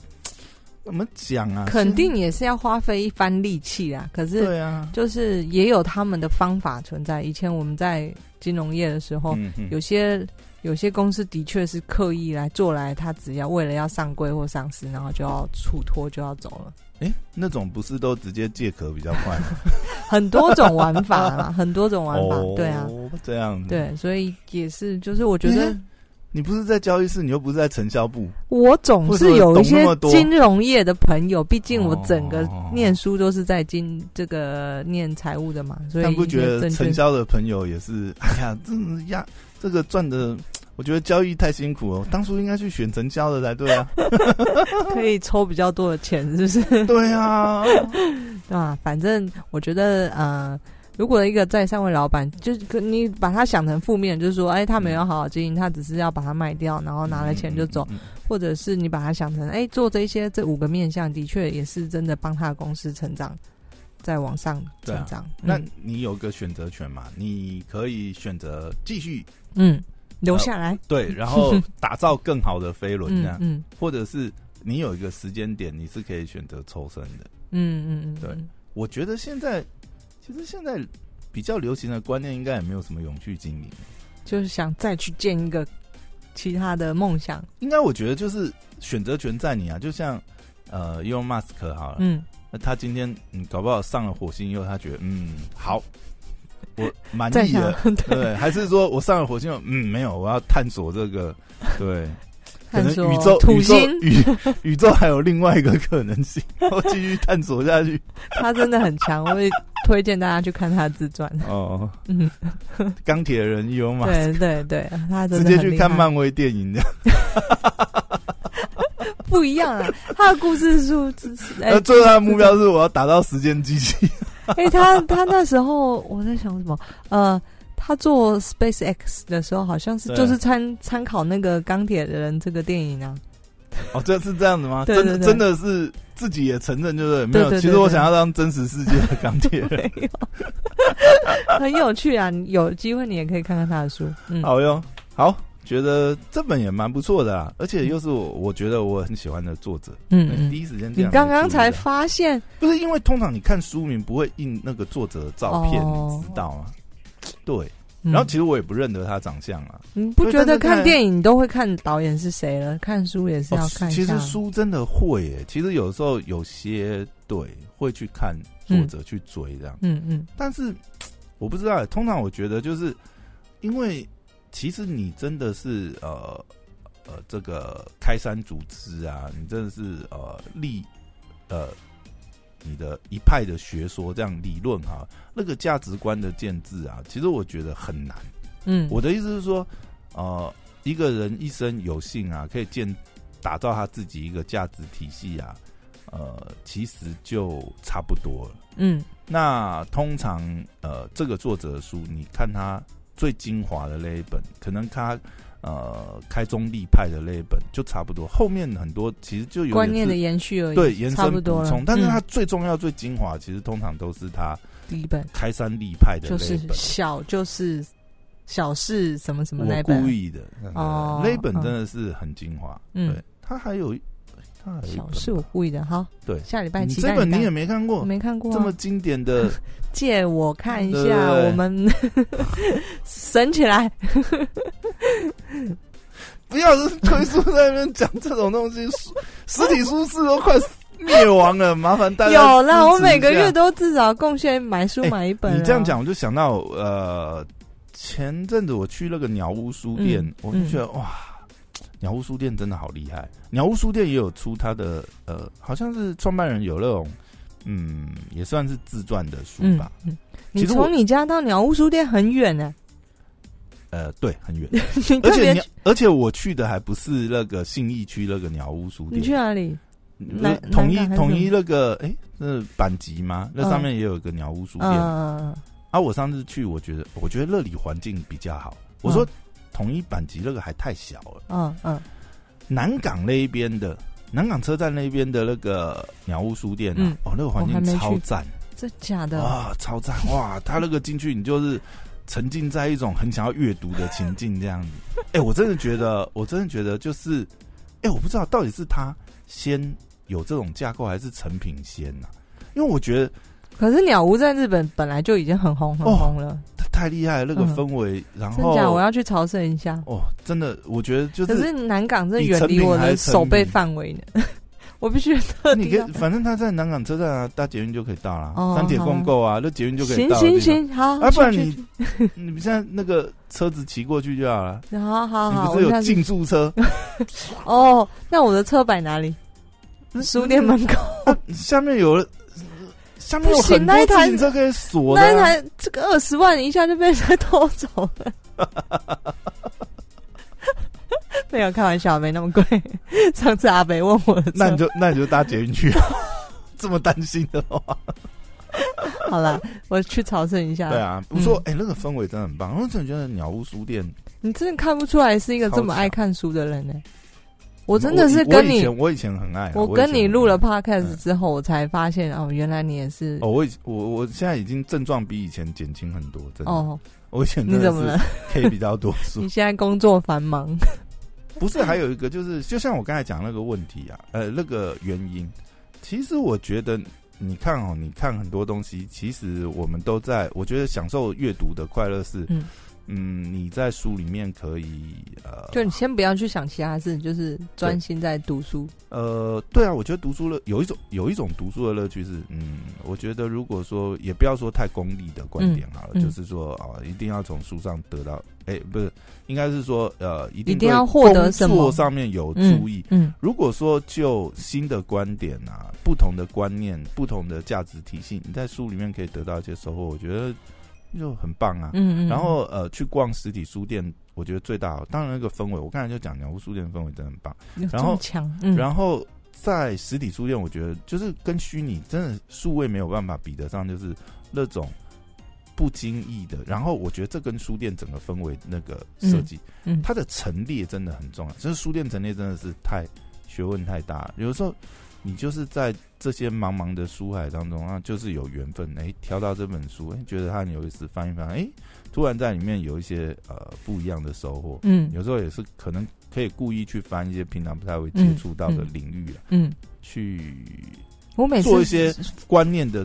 Speaker 1: 怎么讲啊？
Speaker 2: 肯定也是要花费一番力气啦。可
Speaker 1: 现在
Speaker 2: 是
Speaker 1: 对啊，
Speaker 2: 就是也有他们的方法存在。以前我们在金融业的时候，
Speaker 1: 嗯嗯
Speaker 2: 哦有些有些公司的确是刻意来做来，他只要为了要上柜或上市，然后就要出脱就要走了，
Speaker 1: 哎，那种不是都直接借壳比较快吗？
Speaker 2: 很多种玩 法啦，很多种玩法，
Speaker 1: 哦
Speaker 2: 对啊，，
Speaker 1: 这样子。
Speaker 2: 对，所以也是就是我觉得
Speaker 1: 嗯你不是在交易室，你又不是在承销部，
Speaker 2: 我总是有一些金融业的朋友，毕竟我整个
Speaker 1: 哦
Speaker 2: 念书都是在金这个念财务的嘛，所以
Speaker 1: 但不觉得
Speaker 2: 证
Speaker 1: 承
Speaker 2: 券
Speaker 1: 销的朋友也是， 哎呀，真的呀，这个赚的，我觉得交易太辛苦了，我哦当初应该去选承销的才对 啊，
Speaker 2: 可以抽比较多的钱，是不是？
Speaker 1: 对 啊，
Speaker 2: 对啊，反正我觉得，呃，如果一个在上位老板，就是跟你把他想成负面，就是说，哎，他没有好好经营，他只是要把它卖掉，然哦后拿了钱就走，
Speaker 1: 嗯。嗯嗯
Speaker 2: 或者是你把他想成，哎，做这些这五个面相，的确也是真的帮他的公司成长，再往上
Speaker 1: 对啊
Speaker 2: 成长。
Speaker 1: 那
Speaker 2: 嗯
Speaker 1: 你有个选择权嘛？你可以选择继续
Speaker 2: 嗯，留下来，
Speaker 1: 对，然后打造更好的飞啊轮
Speaker 2: 嗯
Speaker 1: 这样，
Speaker 2: 嗯
Speaker 1: 或者是你有一个时间点，你是可以选择抽身的。
Speaker 2: 嗯嗯嗯，
Speaker 1: 对
Speaker 2: 嗯，
Speaker 1: 我觉得现在其实现在比较流行的观念，应该也没有什么永续经营。
Speaker 2: 就是想再去建一个其他的梦想。
Speaker 1: 应该我觉得就是选择权在你啊，就像呃，Elon Musk 好了，
Speaker 2: 嗯，
Speaker 1: 那他今天嗯，搞不好上了火星以后，他觉得嗯好，我满
Speaker 2: 再
Speaker 1: 意
Speaker 2: 想
Speaker 1: 了，
Speaker 2: 对，
Speaker 1: 对，还是说我上了火星后，嗯，没有，我要探索这个， 对，可能
Speaker 2: 探索
Speaker 1: 宇宙
Speaker 2: 土
Speaker 1: 宇宙
Speaker 2: 星，
Speaker 1: 宇 宇宙还有另外一个可能性，我继续探索下去。
Speaker 2: 他真的很强，我会推荐大家去看他的 自传。
Speaker 1: 哦，
Speaker 2: 嗯，
Speaker 1: 钢铁人伊隆马
Speaker 2: 对对对，他真
Speaker 1: 直
Speaker 2: 的
Speaker 1: 接
Speaker 2: 很
Speaker 1: 去
Speaker 2: 厉害
Speaker 1: 看漫威电影的，
Speaker 2: 不一样啊，他的故事数 支持，哎
Speaker 1: 那最后他的目标是我要打造时间机器。
Speaker 2: 哎、他他那时候我在想什么？呃，他做 SpaceX 的时候，好像是
Speaker 1: 对
Speaker 2: 就是参参考那个《钢铁人》这个电影啊。
Speaker 1: 哦，这是这样子吗？
Speaker 2: 对对
Speaker 1: 真的
Speaker 2: 对
Speaker 1: 真的是自己也承认，就是没有。
Speaker 2: 对对对
Speaker 1: 其实我
Speaker 2: 对
Speaker 1: 想要当真实世界的钢铁 人。
Speaker 2: 没有，很有 趣啊！你有机会你也可以看看他的书。嗯，
Speaker 1: 好哟，好，觉得这本也蛮不错的啊，而且又是我我觉得我很喜欢的作者。
Speaker 2: 嗯
Speaker 1: 嗯，第
Speaker 2: 嗯，
Speaker 1: 一时间这
Speaker 2: 你
Speaker 1: 样
Speaker 2: 刚
Speaker 1: 就
Speaker 2: 刚
Speaker 1: 注意
Speaker 2: 才
Speaker 1: 了
Speaker 2: 发现
Speaker 1: 不是因为通常你看书名不会印那个作者的照片，
Speaker 2: 哦
Speaker 1: 你知道吗？对，
Speaker 2: 嗯
Speaker 1: 然后其实我也不认得他长相啊。
Speaker 2: 你不觉
Speaker 1: 对但
Speaker 2: 得
Speaker 1: 是
Speaker 2: 看
Speaker 1: 看
Speaker 2: 电影都会看导演是谁了？看书也是要看一
Speaker 1: 哦其
Speaker 2: 下。
Speaker 1: 实书真的会耶，其实有时候有些对会去看作者去追这样，
Speaker 2: 嗯嗯
Speaker 1: 但是我不知道耶，通常我觉得就是因为其实你真的是呃呃这个开山祖师啊，你真的是呃立呃你的一派的学说这样理论哈、那个价值观的建制啊，其实我觉得很难。
Speaker 2: 嗯，
Speaker 1: 我的意思是说，呃，一个人一生有幸啊，可以建打造他自己一个价值体系啊，呃，其实就差不多了。
Speaker 2: 嗯
Speaker 1: 那通常呃，这个作者的书，你看他最精华的那一本，可能他呃开宗立派的那一本就差不多，后面很多其实就有
Speaker 2: 观
Speaker 1: 点
Speaker 2: 念
Speaker 1: 是
Speaker 2: 的延续而已。
Speaker 1: 对延
Speaker 2: 差
Speaker 1: 伸
Speaker 2: 不多
Speaker 1: 补
Speaker 2: 了
Speaker 1: 充，但是
Speaker 2: 嗯
Speaker 1: 他最重要、最精华，其实通常都是他
Speaker 2: 第一本
Speaker 1: 开山立派的
Speaker 2: 就
Speaker 1: 那一
Speaker 2: 是
Speaker 1: 本。
Speaker 2: 小就是小事什么什么那
Speaker 1: 我
Speaker 2: 一本
Speaker 1: 故意的，那个
Speaker 2: 哦
Speaker 1: 那一本真的是很精华。
Speaker 2: 嗯
Speaker 1: 对，它还有，它还有一
Speaker 2: 小
Speaker 1: 本
Speaker 2: 事，我故意的。好，
Speaker 1: 对
Speaker 2: 下礼
Speaker 1: 吧
Speaker 2: 拜
Speaker 1: 你
Speaker 2: 期
Speaker 1: 这
Speaker 2: 待
Speaker 1: 本
Speaker 2: 带
Speaker 1: 你也没看
Speaker 2: 我
Speaker 1: 过，
Speaker 2: 没看过、啊，
Speaker 1: 这么经典的，
Speaker 2: 借我看一
Speaker 1: 对对
Speaker 2: 下，
Speaker 1: 对
Speaker 2: 我 们省起来。
Speaker 1: 不要推书在那边讲这种东西，书实体书市都快灭亡了，麻烦大家
Speaker 2: 有啦，
Speaker 1: 支持
Speaker 2: 我每个
Speaker 1: 一下
Speaker 2: 月都至少贡献买书
Speaker 1: 哎
Speaker 2: 买一本、啊
Speaker 1: 你这样，讲，我就想到呃，前阵子我去那个鸟屋书店，
Speaker 2: 嗯
Speaker 1: 我就觉得、哇，鸟屋书店真的好厉害。鸟屋书店也有出它的呃，好像是创办人有那种嗯，也算是自传的书
Speaker 2: 嗯
Speaker 1: 吧。，
Speaker 2: 嗯你
Speaker 1: 其实我
Speaker 2: 从你家到鸟屋书店很远呢、
Speaker 1: 呃，对，很 远，
Speaker 2: 你
Speaker 1: 而
Speaker 2: 特
Speaker 1: 且
Speaker 2: 别
Speaker 1: 鸟，而且我去的还不是那个信义区那个鸟屋书
Speaker 2: 你去
Speaker 1: 店，
Speaker 2: 哪里？
Speaker 1: 嗯
Speaker 2: 南
Speaker 1: 统一
Speaker 2: 南港还是
Speaker 1: 统一
Speaker 2: 什
Speaker 1: 那个哎，那板集吗？那
Speaker 2: 嗯
Speaker 1: 上面也有一个鸟屋书店。
Speaker 2: 嗯，
Speaker 1: 啊，我上次去，我觉得我觉得那里环境比较好。我说
Speaker 2: 嗯
Speaker 1: 统一板级那个还太小了，
Speaker 2: 嗯嗯
Speaker 1: 南港那一边的南港车站那边的那个鸟屋书店啊，
Speaker 2: 嗯
Speaker 1: 哦，那个环
Speaker 2: 我还
Speaker 1: 境
Speaker 2: 没去
Speaker 1: 超赞
Speaker 2: 这假的？
Speaker 1: 啊，超赞哇！他那个进去，你就是沉浸在一种很想要阅读的情境这样 子。哎、我真的觉得，我真的觉得就是，哎、我不知道到底是他先有这种架构，还是成品先呐、因为我觉得
Speaker 2: 可是鸟屋在日本本来就已经很红很
Speaker 1: 哦
Speaker 2: 红了，
Speaker 1: 他太厉害了，那个
Speaker 2: 嗯
Speaker 1: 氛围，然
Speaker 2: 真假？我
Speaker 1: 后。
Speaker 2: 要去朝圣一下。
Speaker 1: 哦，真的，我觉得就
Speaker 2: 可
Speaker 1: 是
Speaker 2: 是南港这
Speaker 1: 比
Speaker 2: 远
Speaker 1: 成
Speaker 2: 离
Speaker 1: 品
Speaker 2: 我的
Speaker 1: 还成
Speaker 2: 手背
Speaker 1: 品
Speaker 2: 范围呢，我必 须特
Speaker 1: 你
Speaker 2: 地
Speaker 1: 可
Speaker 2: 要
Speaker 1: 以，反正他在南港车站啊，搭捷运就可以到了，
Speaker 2: 哦
Speaker 1: 三铁共购啊，那捷运就可以
Speaker 2: 行
Speaker 1: 到。
Speaker 2: 行，行，好，
Speaker 1: 啊，不然
Speaker 2: 去
Speaker 1: 你你们现在那个车子骑过去就好了。
Speaker 2: 去好好
Speaker 1: 你
Speaker 2: 好，
Speaker 1: 不
Speaker 2: 啊我
Speaker 1: 是
Speaker 2: 下
Speaker 1: 有
Speaker 2: 次
Speaker 1: 进驻车？
Speaker 2: 哦，那我的车摆哪里？
Speaker 1: 嗯
Speaker 2: 书店门口
Speaker 1: 下面有，下面有
Speaker 2: 不行
Speaker 1: 很
Speaker 2: 那一
Speaker 1: 多自
Speaker 2: 台
Speaker 1: 行车可以锁的
Speaker 2: 那一
Speaker 1: 啊。
Speaker 2: 台这个二十万一下就被人家偷走了。 没有开玩笑，没那么贵。 上次阿北问我的
Speaker 1: 那你
Speaker 2: 车，
Speaker 1: 就那你就搭捷运去， 这么担心的话，
Speaker 2: 好了，我去朝圣一下。
Speaker 1: 对啊，不错，
Speaker 2: 嗯
Speaker 1: 哎，那个氛围真的很棒。我真的觉得鸟屋书店
Speaker 2: 你真的看不出来是一个这
Speaker 1: 超
Speaker 2: 么
Speaker 1: 强
Speaker 2: 爱看书的人呢、我真的是
Speaker 1: 我
Speaker 2: 跟
Speaker 1: 以
Speaker 2: 你，
Speaker 1: 前我以前很爱啊，
Speaker 2: 我
Speaker 1: 以
Speaker 2: 跟
Speaker 1: 前
Speaker 2: 你
Speaker 1: 很
Speaker 2: 录
Speaker 1: 爱
Speaker 2: 了 podcast 之后，我才发现哦，原来你也是
Speaker 1: 哦，我以我我现在已经症状比以前减轻很多，真的。
Speaker 2: 哦，
Speaker 1: 我以前
Speaker 2: 你
Speaker 1: 真
Speaker 2: 怎
Speaker 1: 的
Speaker 2: 么
Speaker 1: 是
Speaker 2: 了？
Speaker 1: K 比较多数
Speaker 2: 你，现在工作繁忙，
Speaker 1: 不是还有一个就是，就像我刚才讲那个问题啊，呃，那个原因，其实我觉得你看哦，你看很多东西，其实我们都在，我觉得享受阅读的快乐是，
Speaker 2: 嗯
Speaker 1: 嗯你在书里面可以呃，
Speaker 2: 就你先不要去想其他事，你就是专心在读书。
Speaker 1: 呃，对啊，我觉得读书乐有一种有一种读书的乐趣是，嗯，我觉得如果说也不要说太功利的观点好了，
Speaker 2: 嗯嗯
Speaker 1: 就是说啊、一定要从书上得到，哎、不是，应该是说呃，一定
Speaker 2: 一定要
Speaker 1: 对
Speaker 2: 获得什么
Speaker 1: 工作上面有
Speaker 2: 嗯
Speaker 1: 注意。
Speaker 2: 嗯
Speaker 1: 如果说就新的观点啊、不同的观念、不同的价值体系，你在书里面可以得到一些收获，我觉得就很棒啊。
Speaker 2: 嗯嗯。
Speaker 1: 然后呃，去逛实体书店，我觉得最大好当然那个氛围，我刚才就讲鸟屋书店的氛围真的很棒。
Speaker 2: 有这
Speaker 1: 然后
Speaker 2: 么强，嗯，
Speaker 1: 然后在实体书店，我觉得就是跟虚拟真的数位没有办法比得上，就是那种不经意的。然后我觉得这跟书店整个氛围那个设计，
Speaker 2: 嗯嗯
Speaker 1: 它的陈列真的很重要。就是书店陈列真的是太学问太大了，有时候。你就是在这些茫茫的书海当中啊，就是有缘分，哎、挑到这本书，哎、觉得它很有意思，翻一翻，哎、突然在里面有一些呃不一样的收获。
Speaker 2: 嗯
Speaker 1: 有时候也是可能可以故意去翻一些平常不太会接触到的领域啊，
Speaker 2: 嗯，
Speaker 1: 去
Speaker 2: 我每次
Speaker 1: 做一些观念 的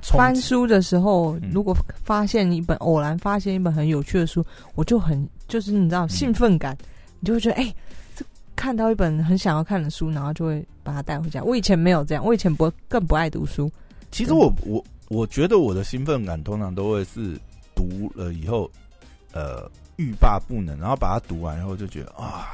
Speaker 1: 冲
Speaker 2: 翻
Speaker 1: 击
Speaker 2: 书的时候，
Speaker 1: 嗯
Speaker 2: 如果发现一本偶然发现一本很有趣的书，我就很就是你知道兴奋感，你就会觉得哎、这看到一本很想要看的书，然后就会把它带回家。我以前没有这样，我以前不更不爱读书。
Speaker 1: 其
Speaker 2: 嗯
Speaker 1: 实我我我觉得我的兴奋感通常都会是读了以后，呃，欲罢不能，然后把它读完，然后就觉得啊，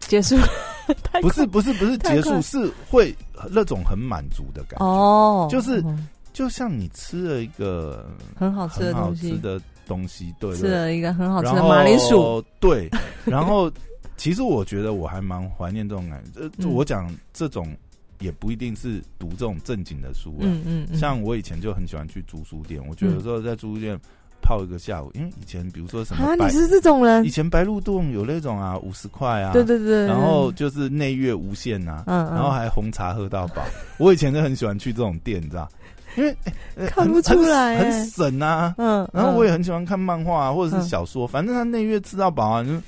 Speaker 2: 结束 太快
Speaker 1: 不是不是不是
Speaker 2: 太
Speaker 1: 结
Speaker 2: 快
Speaker 1: 束，是会那种很满足的感觉，
Speaker 2: 哦，
Speaker 1: 就是
Speaker 2: 嗯
Speaker 1: 就像你吃了一个
Speaker 2: 很好吃的
Speaker 1: 很好
Speaker 2: 东
Speaker 1: 吃
Speaker 2: 西，啊
Speaker 1: 的东西，对对
Speaker 2: 吃了一个很好吃
Speaker 1: 然
Speaker 2: 的
Speaker 1: 后
Speaker 2: 哦马铃薯，
Speaker 1: 对，啊然后其实我觉得我还蛮怀念这种感觉。这、
Speaker 2: 嗯
Speaker 1: 我讲这种也不一定是读这种正经的书、啊，
Speaker 2: 嗯嗯嗯，
Speaker 1: 像我以前就很喜欢去租书店，我觉得有时候在租书店泡一个下午，因为以前比如说什
Speaker 2: 啊，
Speaker 1: 么
Speaker 2: 你
Speaker 1: 白，
Speaker 2: 是这种人
Speaker 1: 以，前白鹿洞有那种啊五十块啊，
Speaker 2: 对对对，对
Speaker 1: 然后就是内月无限啊，
Speaker 2: 嗯嗯，
Speaker 1: 然后还红茶喝到饱。我以前就很喜欢去这种店，你知道，因为、哎
Speaker 2: 看
Speaker 1: 很
Speaker 2: 不出来
Speaker 1: 很
Speaker 2: 哎
Speaker 1: 很省啊，
Speaker 2: 嗯，
Speaker 1: 然后我也
Speaker 2: 嗯
Speaker 1: 很喜欢看漫画、啊、或者
Speaker 2: 嗯
Speaker 1: 是小说，反正他内月吃到饱啊，你就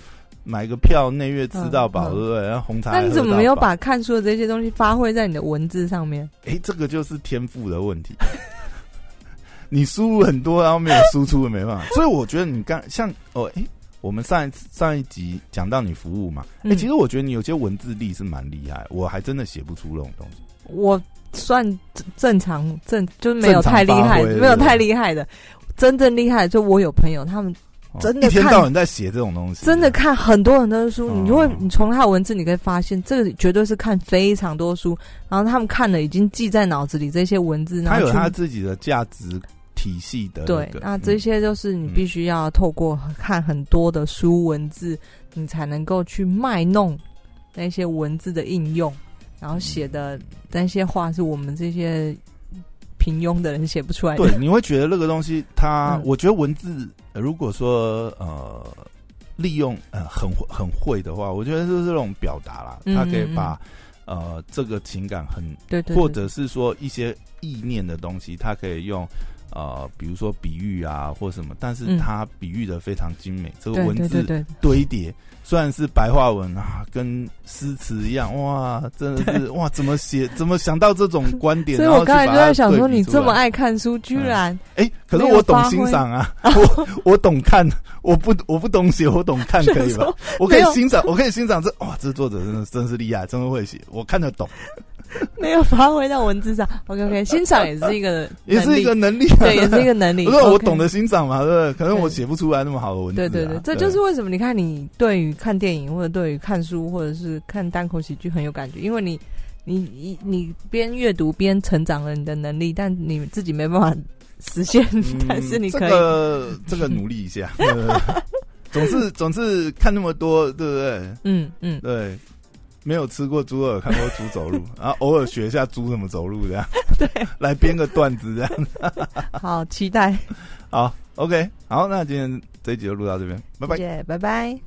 Speaker 1: 买个票内月吃到饱，
Speaker 2: 嗯嗯
Speaker 1: 对不对？然后红茶
Speaker 2: 那
Speaker 1: 还喝到饱。
Speaker 2: 你怎么没有把看书的这些东西发挥在你的文字上面？
Speaker 1: 哎，这个就是天赋的问题。 你输入很多，然后没有输出，没 办法。所以我觉得你刚像哦，哎，我们上一次上一集讲到你服务嘛，哎，
Speaker 2: 嗯
Speaker 1: 其实我觉得你有些文字力是蛮厉害，我还真的写不出那种东西。
Speaker 2: 我算正正常正，就是没有太厉害，
Speaker 1: 正常发挥
Speaker 2: 没有太厉害的。真正厉害的，就我有朋友，他们
Speaker 1: 哦
Speaker 2: 真的
Speaker 1: 一天
Speaker 2: 看
Speaker 1: 到晚在写这种东西，
Speaker 2: 真的看很多很多的书，
Speaker 1: 嗯哦
Speaker 2: 你就会你从他的文字，你可以发现，这个绝对是看非常多书，然后他们看了已经记在脑子里这些文字，然
Speaker 1: 他
Speaker 2: 后
Speaker 1: 有他
Speaker 2: 去
Speaker 1: 自己的价值体系的
Speaker 2: 对
Speaker 1: 个，
Speaker 2: 那这
Speaker 1: 嗯
Speaker 2: 些就是你必须要透过看很多的书文字，你才能够去卖弄那些文字的应用，然后写的嗯那些话是我们这些平庸的人写不出来的。
Speaker 1: 对，你会觉得那个东西它，
Speaker 2: 哎嗯
Speaker 1: 我觉得文字呃如果说呃利用呃很会很会的话，我觉得就是这种表达啦，
Speaker 2: 嗯
Speaker 1: 它可以把呃这个情感很，
Speaker 2: 对对对，
Speaker 1: 或者是说一些意念的东西，它可以用。呃，比如说比喻啊，或什么，但
Speaker 2: 嗯
Speaker 1: 是它比喻的非常精美，这个
Speaker 2: 对
Speaker 1: 文
Speaker 2: 对对
Speaker 1: 字
Speaker 2: 对，
Speaker 1: 堆叠虽然是白话文啊，跟诗词一样，哇，真的是哇，怎么写，怎么想到这种观点？
Speaker 2: 所以
Speaker 1: 然后
Speaker 2: 我
Speaker 1: 去
Speaker 2: 刚才
Speaker 1: 把
Speaker 2: 就
Speaker 1: 它
Speaker 2: 在想
Speaker 1: 对
Speaker 2: 说，
Speaker 1: 比
Speaker 2: 你
Speaker 1: 出
Speaker 2: 这么
Speaker 1: 来
Speaker 2: 爱看书，居然
Speaker 1: 哎、可是
Speaker 2: 没有
Speaker 1: 我懂
Speaker 2: 发挥
Speaker 1: 欣赏啊，我我懂看，我不我不懂写，我懂 看嗯可以吧？
Speaker 2: 说
Speaker 1: 我可
Speaker 2: 没
Speaker 1: 以
Speaker 2: 有
Speaker 1: 欣赏，我可以欣赏这哇，这作者真的真是厉害，真的会写，我看得懂，
Speaker 2: 没有发挥到文字上。OK OK，欣赏也是一个
Speaker 1: 也是一个
Speaker 2: 能力
Speaker 1: 能力、啊，
Speaker 2: 对，也是一个能力。
Speaker 1: 不是我
Speaker 2: OK
Speaker 1: 懂得欣赏嘛，对不对？可能我
Speaker 2: 对
Speaker 1: 写不出来那么好的文字、啊，
Speaker 2: 对对对，这就是为什么你看你对于看电影或者对于看书或者是看单口喜剧很有感觉，因为你你你你边阅读边成长了你的能力，但你自己没办法实现， 但是你可
Speaker 1: 嗯
Speaker 2: 以、
Speaker 1: 这个这个努力一 下，对对对总是总是看那么多，对不对？
Speaker 2: 嗯嗯，
Speaker 1: 对，没有吃过猪耳，看过猪走路，然后偶尔学一下猪怎么走路，这 样对，来编个段子这样。
Speaker 2: 好，期待，
Speaker 1: 好，OK，好，那今天这一集就录到这边，拜拜
Speaker 2: 谢。谢，拜拜。